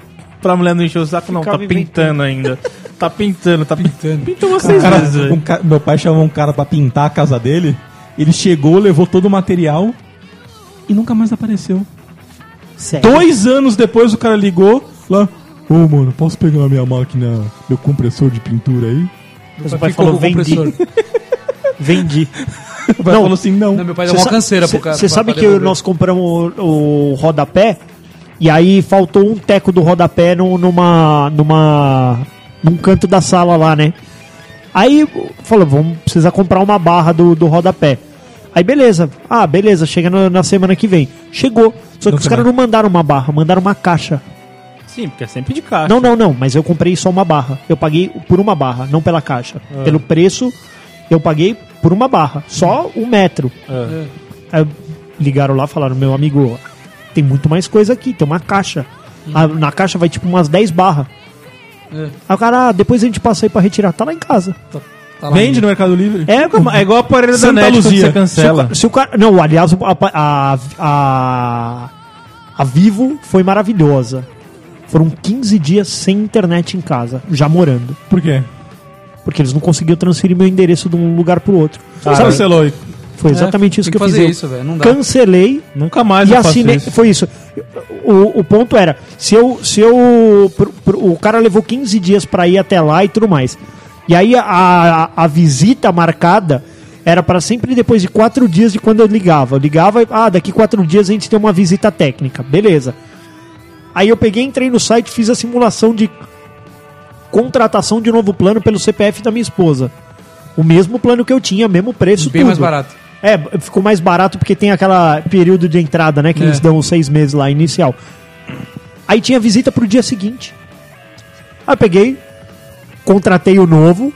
S3: pra mulher não encher o saco, não, tá
S2: Ficava
S3: pintando ainda. Tá pintando, tá pintando. Pintou umas seis
S1: Cara,
S3: vezes, velho.
S1: um ca- Meu pai chamou um cara pra pintar a casa dele. Ele chegou, levou todo o material e nunca mais apareceu.
S2: Sério.
S1: Dois anos depois o cara ligou lá. Ô, mano, posso pegar a minha máquina, meu compressor de pintura aí?
S2: Meu
S4: Ficou
S2: pai falou,
S4: com o
S2: vendi.
S4: compressor. (laughs)
S2: Vendi.
S1: O pai
S2: Não.
S1: falou assim, não.
S4: Não, meu pai deu
S2: Cê
S4: uma
S2: sa-
S4: canseira
S2: cê-
S4: pro cara. um
S2: Você
S4: pra-
S2: sabe
S4: pra
S2: que
S4: devolver.
S2: nós compramos o, o rodapé e aí faltou um teco do rodapé no- numa, numa, num canto da sala lá, né? Aí falou, vamos precisar comprar uma barra do, do rodapé. Aí beleza, ah, beleza, chega na, na semana que vem. Chegou, só que os caras não mandaram uma barra, mandaram uma caixa.
S3: Sim, porque é sempre de caixa.
S2: Não, não, não, mas eu comprei só uma barra. Eu paguei por uma barra, não pela caixa. Pelo preço, eu paguei por uma barra, só um metro. Aí ligaram lá e falaram: Meu amigo, tem muito mais coisa aqui, tem uma caixa. Ah, na caixa vai tipo umas 10 barras.
S4: É.
S2: Aí o cara, ah, depois a gente passa aí pra retirar. Tá lá em casa.
S4: Tá lá.
S1: Vende no Mercado Livre?
S2: É,
S3: É igual o aparelho da
S1: Santa
S3: NET quando
S1: Luzia.
S3: você cancela.
S2: Se o, se o cara, não, aliás, a, a, a, a Vivo foi maravilhosa. Foram 15 dias sem internet em casa, já morando.
S1: Por quê?
S2: Porque eles não conseguiam transferir meu endereço de um lugar pro outro.
S1: Você
S2: Sabe?
S1: cancelou aí.
S2: Foi exatamente
S4: É,
S2: isso
S4: tem
S2: que eu
S4: fazer
S2: fiz. Eu
S4: isso, velho. Não dá.
S2: cancelei
S3: Nunca mais
S2: e
S3: eu faço
S2: assinei.
S3: isso.
S2: Foi isso. O, o ponto era, se eu. Se eu pro- pro- o cara levou 15 dias pra ir até lá e tudo mais. E aí a, a, a visita marcada era pra sempre depois de quatro dias de quando eu ligava. Eu ligava e, ah, daqui quatro dias a gente tem uma visita técnica. Beleza. Aí eu peguei, entrei no site, fiz a simulação de contratação de novo plano pelo CPF da minha esposa. O mesmo plano que eu tinha, mesmo preço,
S4: Bem
S2: tudo.
S4: mais barato.
S2: É, ficou mais barato porque tem aquela período de entrada, né? Que
S4: É.
S2: eles dão os seis meses lá inicial. Aí tinha visita pro dia seguinte. Aí eu peguei, contratei o novo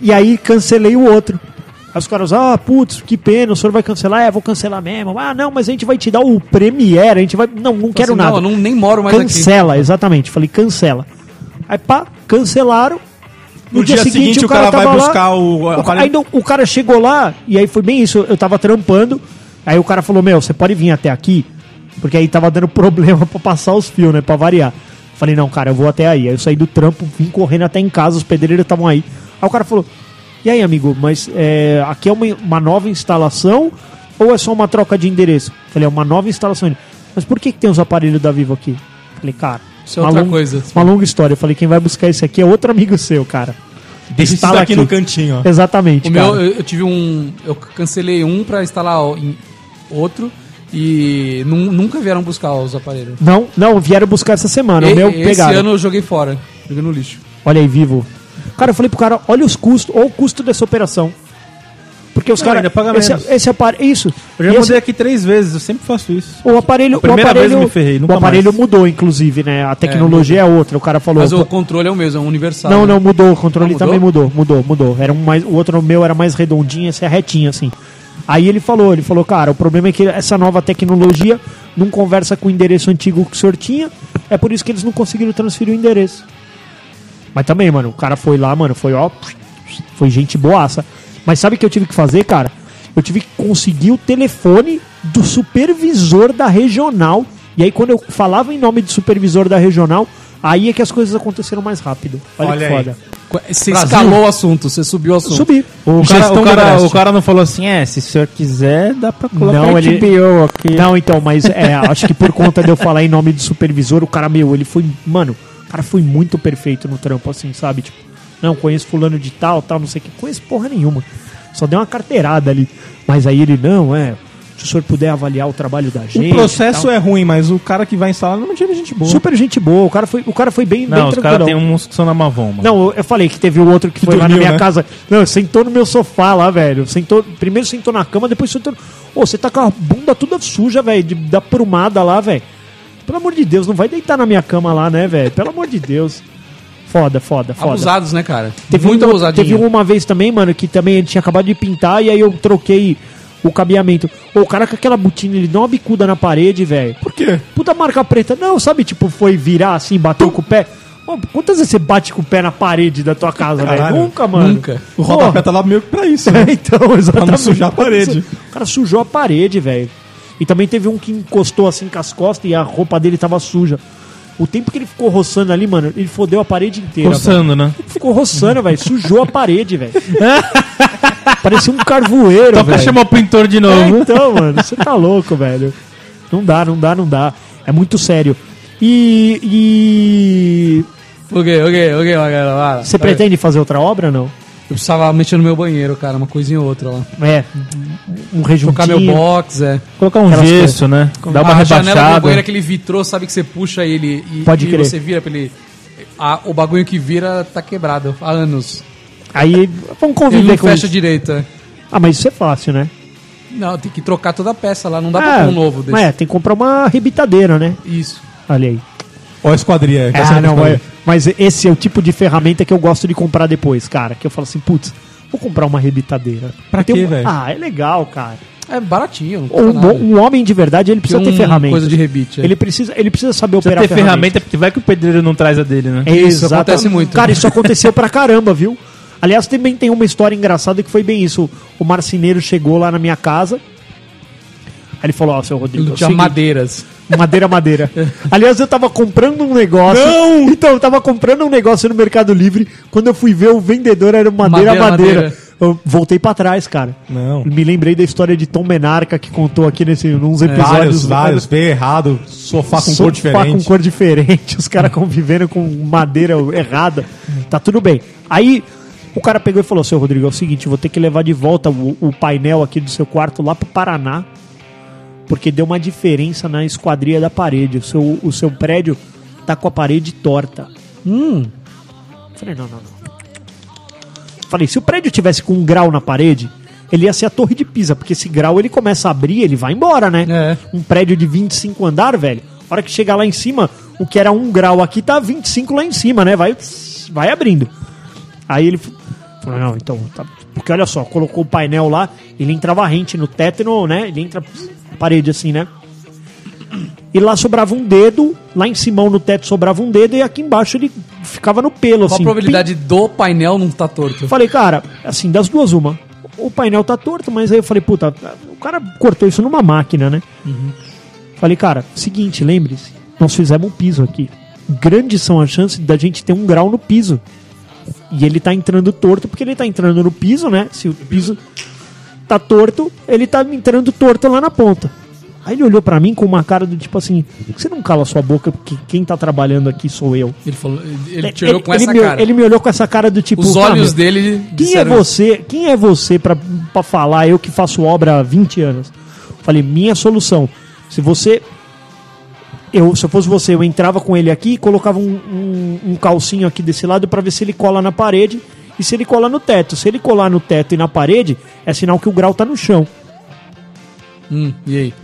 S2: e aí cancelei o outro. Aí os caras, ah, putz, que pena, o senhor vai cancelar? É, vou cancelar mesmo. Ah, não, mas a gente vai te dar o Premiere, a gente vai. Não, não quero
S4: Assim,
S2: nada.
S4: Não, eu não, nem moro mais aqui.
S2: cancela, exatamente. Falei, cancela. Aí pá, cancelaram.
S1: No dia, seguinte, o cara, vai
S2: tava lá,
S1: buscar o.
S2: o, ca-
S1: aparelho-
S2: aí não- o cara chegou lá, e aí foi bem isso, eu tava trampando, aí o cara falou, meu, você pode vir até aqui? Porque aí tava dando (laughs) problema pra passar os fios, né, pra variar. Falei, não, cara, eu vou até aí. Aí eu saí do trampo, vim correndo até em casa, os pedreiros estavam aí. Aí o cara falou, e aí, amigo, mas é, aqui é uma, uma nova instalação ou é só uma troca de endereço? Falei, é uma nova instalação. Ele, Mas por que, que tem os aparelhos da Vivo aqui? Falei, cara,
S4: Isso é outra
S2: longa-
S4: coisa.
S2: uma longa história. Eu falei, quem vai buscar esse aqui é outro amigo seu, cara.
S1: Deixa isso
S2: instala
S1: daqui no cantinho, ó.
S2: Exatamente.
S4: O meu,
S2: cara.
S4: eu, eu tive um. Eu cancelei um pra instalar o- em outro e nun- nunca vieram buscar os aparelhos.
S2: Não, não, vieram buscar essa semana.
S4: E-
S2: o meu
S4: esse
S2: pegaram.
S4: ano eu joguei fora. Joguei no lixo.
S2: Olha aí, vivo. Cara, eu falei pro cara, olha os custos, olha o custo dessa operação. Porque os
S3: Não,
S2: caras.
S3: ainda paga
S2: Esse,
S3: menos.
S2: esse aparelho. Isso.
S3: Eu já
S2: E
S3: mudei aqui três vezes, eu sempre faço isso.
S2: esse- o aparelho. O
S3: primeira
S2: aparelho,
S3: vez eu me ferrei, nunca
S2: o aparelho
S3: mais.
S2: mudou, inclusive, né? A tecnologia é, outra. O cara falou.
S4: Mas o controle é o mesmo, é um universal.
S2: não,
S4: né?
S2: não, mudou. O controle
S4: Ah, mudou?
S2: também mudou, mudou, mudou. Era um mais, o outro meu era mais redondinho, esse é retinho, assim. Aí ele falou, ele falou, cara, o problema é que essa nova tecnologia não conversa com o endereço antigo que o senhor tinha, é por isso que eles não conseguiram transferir o endereço. Mas também, mano, o cara foi lá, mano, foi ó, foi gente boaça. Mas sabe o que eu tive que fazer, cara? Eu tive que conseguir o telefone do supervisor da regional. E aí, quando eu falava em nome do supervisor da regional, aí é que as coisas aconteceram mais rápido. Olha,
S1: Olha
S2: que
S1: aí.
S2: foda.
S4: Você escalou o assunto, você subiu o assunto.
S2: Subir.
S3: O cara, um
S2: Gestão
S3: o,
S2: do
S3: cara,
S2: Brest.
S3: o cara não falou assim, é, se o senhor quiser, dá pra colocar
S2: Não, ele-
S3: HBO aqui.
S2: Não, então, mas é, acho que por conta de eu falar em nome do supervisor, o cara, meu, ele foi. Mano, o cara foi muito perfeito no trampo, assim, sabe? Tipo, não, conheço fulano de tal, tal, não sei o que. Conheço porra nenhuma. Só deu uma carteirada ali. Mas aí ele, não, é. Se o senhor puder avaliar o trabalho da gente.
S1: O processo é ruim, mas o cara que vai instalar não tinha gente boa.
S2: Super gente boa. O cara foi, o cara foi bem,
S3: Não,
S2: bem
S3: os um caras
S2: tranquilão.
S3: têm uns que são na Mavon, mano.
S2: Não, eu- eu falei que teve o outro que, foi lá na
S1: dormiu,
S2: minha
S1: né?
S2: casa. Não, sentou no meu sofá lá, velho. Sentou, primeiro sentou na cama, depois sentou. no- Ô, você tá com a bunda toda suja, velho, de- da prumada lá, velho. Pelo amor de Deus, não vai deitar na minha cama lá, né, velho? Pelo amor de Deus. Foda, foda, foda.
S4: Abusados, né, cara?
S2: Teve
S4: Muito
S2: uma,
S4: abusadinho.
S2: Teve uma vez também, mano, que também ele tinha acabado de pintar e aí eu troquei o, o cabeamento. Ô, o cara com aquela botina, ele deu uma bicuda na parede, velho.
S1: Por quê?
S2: Puta marca preta. Não, sabe, tipo, foi virar assim, bateu com o pé. Ô, quantas vezes você bate com o pé na parede da tua casa, velho?
S1: Caralho.
S2: Nunca, mano.
S4: Nunca.
S1: O
S2: Porra.
S1: rodapé tá lá meio que pra isso, né?
S2: É, (laughs) então, exatamente.
S1: Pra não sujar a parede.
S2: O cara sujou a parede, velho. E também teve um que encostou assim com as costas e a roupa dele tava suja. O tempo que ele ficou roçando ali, mano, ele fodeu a parede inteira. velho.
S3: Coçando, né?
S2: Ficou roçando, velho. Sujou a parede, velho. (laughs) Parecia um carvoeiro,
S3: Toca
S2: velho.
S3: chamar o pintor de
S2: É,
S3: novo.
S2: então, mano, você tá louco, velho. Não dá, não dá, não dá. É muito sério. E. e...
S4: Ok, ok, ok, Magala, vai lá.
S2: um- Você pretende fazer outra obra não?
S4: Eu precisava mexer no meu banheiro, cara, uma coisinha ou outra lá.
S2: É, um rejuntinho.
S4: Trocar meu box, é.
S3: Colocar um
S2: Aquelas
S3: gesso, né? Dar uma
S4: a janela do meu
S3: rebaixada.
S4: banheiro, é aquele vitrô, sabe que você puxa ele e,
S2: Pode
S4: e
S2: crer.
S4: você vira pra ele. Ah, o bagulho que vira tá quebrado há anos.
S2: Aí, vamos
S4: Ele
S2: conviver
S4: não
S2: com
S4: fecha
S2: isso.
S4: direito. é.
S2: Ah, mas isso é fácil, né?
S4: Não, tem que trocar toda a peça lá, não dá
S2: Ah,
S4: pra pôr um novo desse.
S2: Mas é, tem que comprar uma rebitadeira, né?
S4: Isso.
S2: Olha aí.
S1: Ó, a esquadria. tá então. que essa
S2: Ah, não,
S1: esquadria.
S2: mas, mas esse é o tipo de ferramenta que eu gosto de comprar depois, cara. Que eu falo assim, putz, vou comprar uma rebitadeira.
S1: Pra
S2: Tem
S1: quê,
S2: um-
S1: velho?
S2: Ah, é legal, cara.
S4: É baratinho, não custa
S2: Um,
S4: nada.
S2: bom- um homem de verdade, ele precisa
S4: Tem
S2: ter
S4: um-
S2: ferramenta.
S4: coisa de rebite, é.
S2: Ele precisa, ele precisa saber
S3: Precisa
S2: operar
S3: ter ferramenta, é porque vai que o pedreiro não traz a dele, né?
S2: É,
S4: Isso,
S2: exato.
S4: acontece muito.
S2: Cara, isso aconteceu pra caramba, viu? Aliás, também tem uma história engraçada que foi bem isso. O marceneiro chegou lá na minha casa. Aí ele falou, ó, seu Rodrigo, é
S4: Ele
S2: o
S4: tinha
S2: seguinte,
S4: madeiras.
S2: Madeira, madeira. Aliás, eu tava comprando um negócio. Não! Então, eu tava comprando um negócio no Mercado Livre. Quando eu fui ver, o vendedor era madeira, madeira.
S4: Madeira, madeira.
S2: Eu voltei pra trás, cara.
S1: Não.
S2: Me lembrei da história de Tom Menarca que contou aqui nesse, nos episódios.
S1: Vários, vários. Veio errado. Sofá com
S2: Sofá
S1: cor diferente.
S2: com cor diferente, os caras convivendo com madeira errada. Tá tudo bem. Aí o cara pegou e falou: seu Rodrigo, é o seguinte, vou ter que levar de volta o, o painel aqui do seu quarto lá pro Paraná, porque deu uma diferença na esquadria da parede. O seu, o seu prédio tá com a parede torta. Falei, não, não, não. Falei, se o prédio tivesse com um grau na parede, ele ia ser a torre de pisa, porque esse grau ele começa a abrir, ele vai embora, né?
S4: É.
S2: Um prédio de 25 andar, velho, a hora que chegar lá em cima, o que era um grau aqui tá 25 lá em cima, né? Vai, vai abrindo. Aí ele f- falou, não, então, tá- porque olha só, colocou o painel lá, ele entrava rente no teto, e no, né? Ele entra na parede assim, né? E lá sobrava um dedo, lá em cima no teto sobrava um dedo e aqui embaixo ele ficava no pelo,
S4: Qual
S2: assim.
S4: a probabilidade do painel não tá torto?
S2: Eu falei, cara, assim, das duas, uma. O painel tá torto, mas aí eu falei, puta, o cara cortou isso numa máquina, né?
S4: Uhum.
S2: Falei, cara, seguinte, lembre-se, nós fizemos um piso aqui. Grandes são as chances da gente ter um grau no piso. E ele tá entrando torto, porque ele tá entrando no piso, né? Se o piso tá torto, ele tá entrando torto lá na ponta. Aí ele olhou pra mim com uma cara do tipo assim: "Por que você não cala sua boca, porque quem tá trabalhando aqui sou eu.
S4: Ele falou. Ele ele te olhou com essa
S2: me,
S4: cara.
S2: Ele me olhou com essa cara do tipo.
S4: Os
S2: "Tá,
S4: olhos
S2: meu,
S4: dele.
S2: quem é
S4: disseram-
S2: você? Quem é você pra pra falar eu que faço obra há 20 anos? Falei, minha solução. Se você eu, se eu fosse você, eu entrava com ele aqui e colocava um, um- um calcinho aqui desse lado pra ver se ele cola na parede e se ele cola no teto. Se ele colar no teto e na parede, é sinal que o grau tá no chão.
S4: Hum, e aí?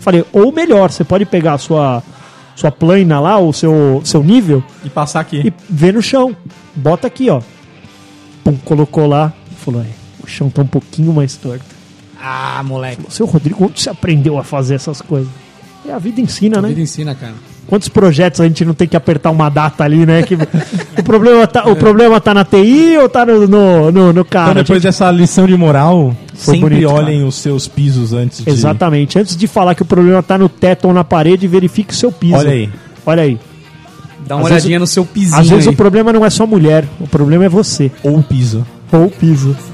S2: Falei, ou melhor, você pode pegar a sua sua plana lá, o seu seu nível
S1: E passar aqui.
S2: e vê no chão. Bota aqui, ó. Pum, colocou lá. Falou, é, o chão tá um pouquinho mais torto.
S4: Ah, moleque.
S2: Seu Rodrigo, onde você aprendeu a fazer essas coisas? É a vida ensina,
S4: A
S2: né?
S4: vida ensina, cara.
S2: Quantos projetos a gente não tem que apertar uma data ali, né? Que (laughs) o, problema tá, o problema tá na TI ou tá no, no, no, no cara?
S1: Então, depois dessa lição de moral,
S2: Foi
S1: sempre
S2: bonito,
S1: olhem os seus pisos antes de...
S2: Exatamente. Antes de falar que o problema tá no teto ou na parede, verifique o seu piso.
S1: Olha aí.
S2: Olha aí.
S4: Dá uma
S2: Às vezes
S4: olhadinha no seu pizinho.
S2: Às vezes
S4: aí.
S2: o problema não é só mulher, o problema é você.
S1: Ou o piso.
S2: Ou o piso.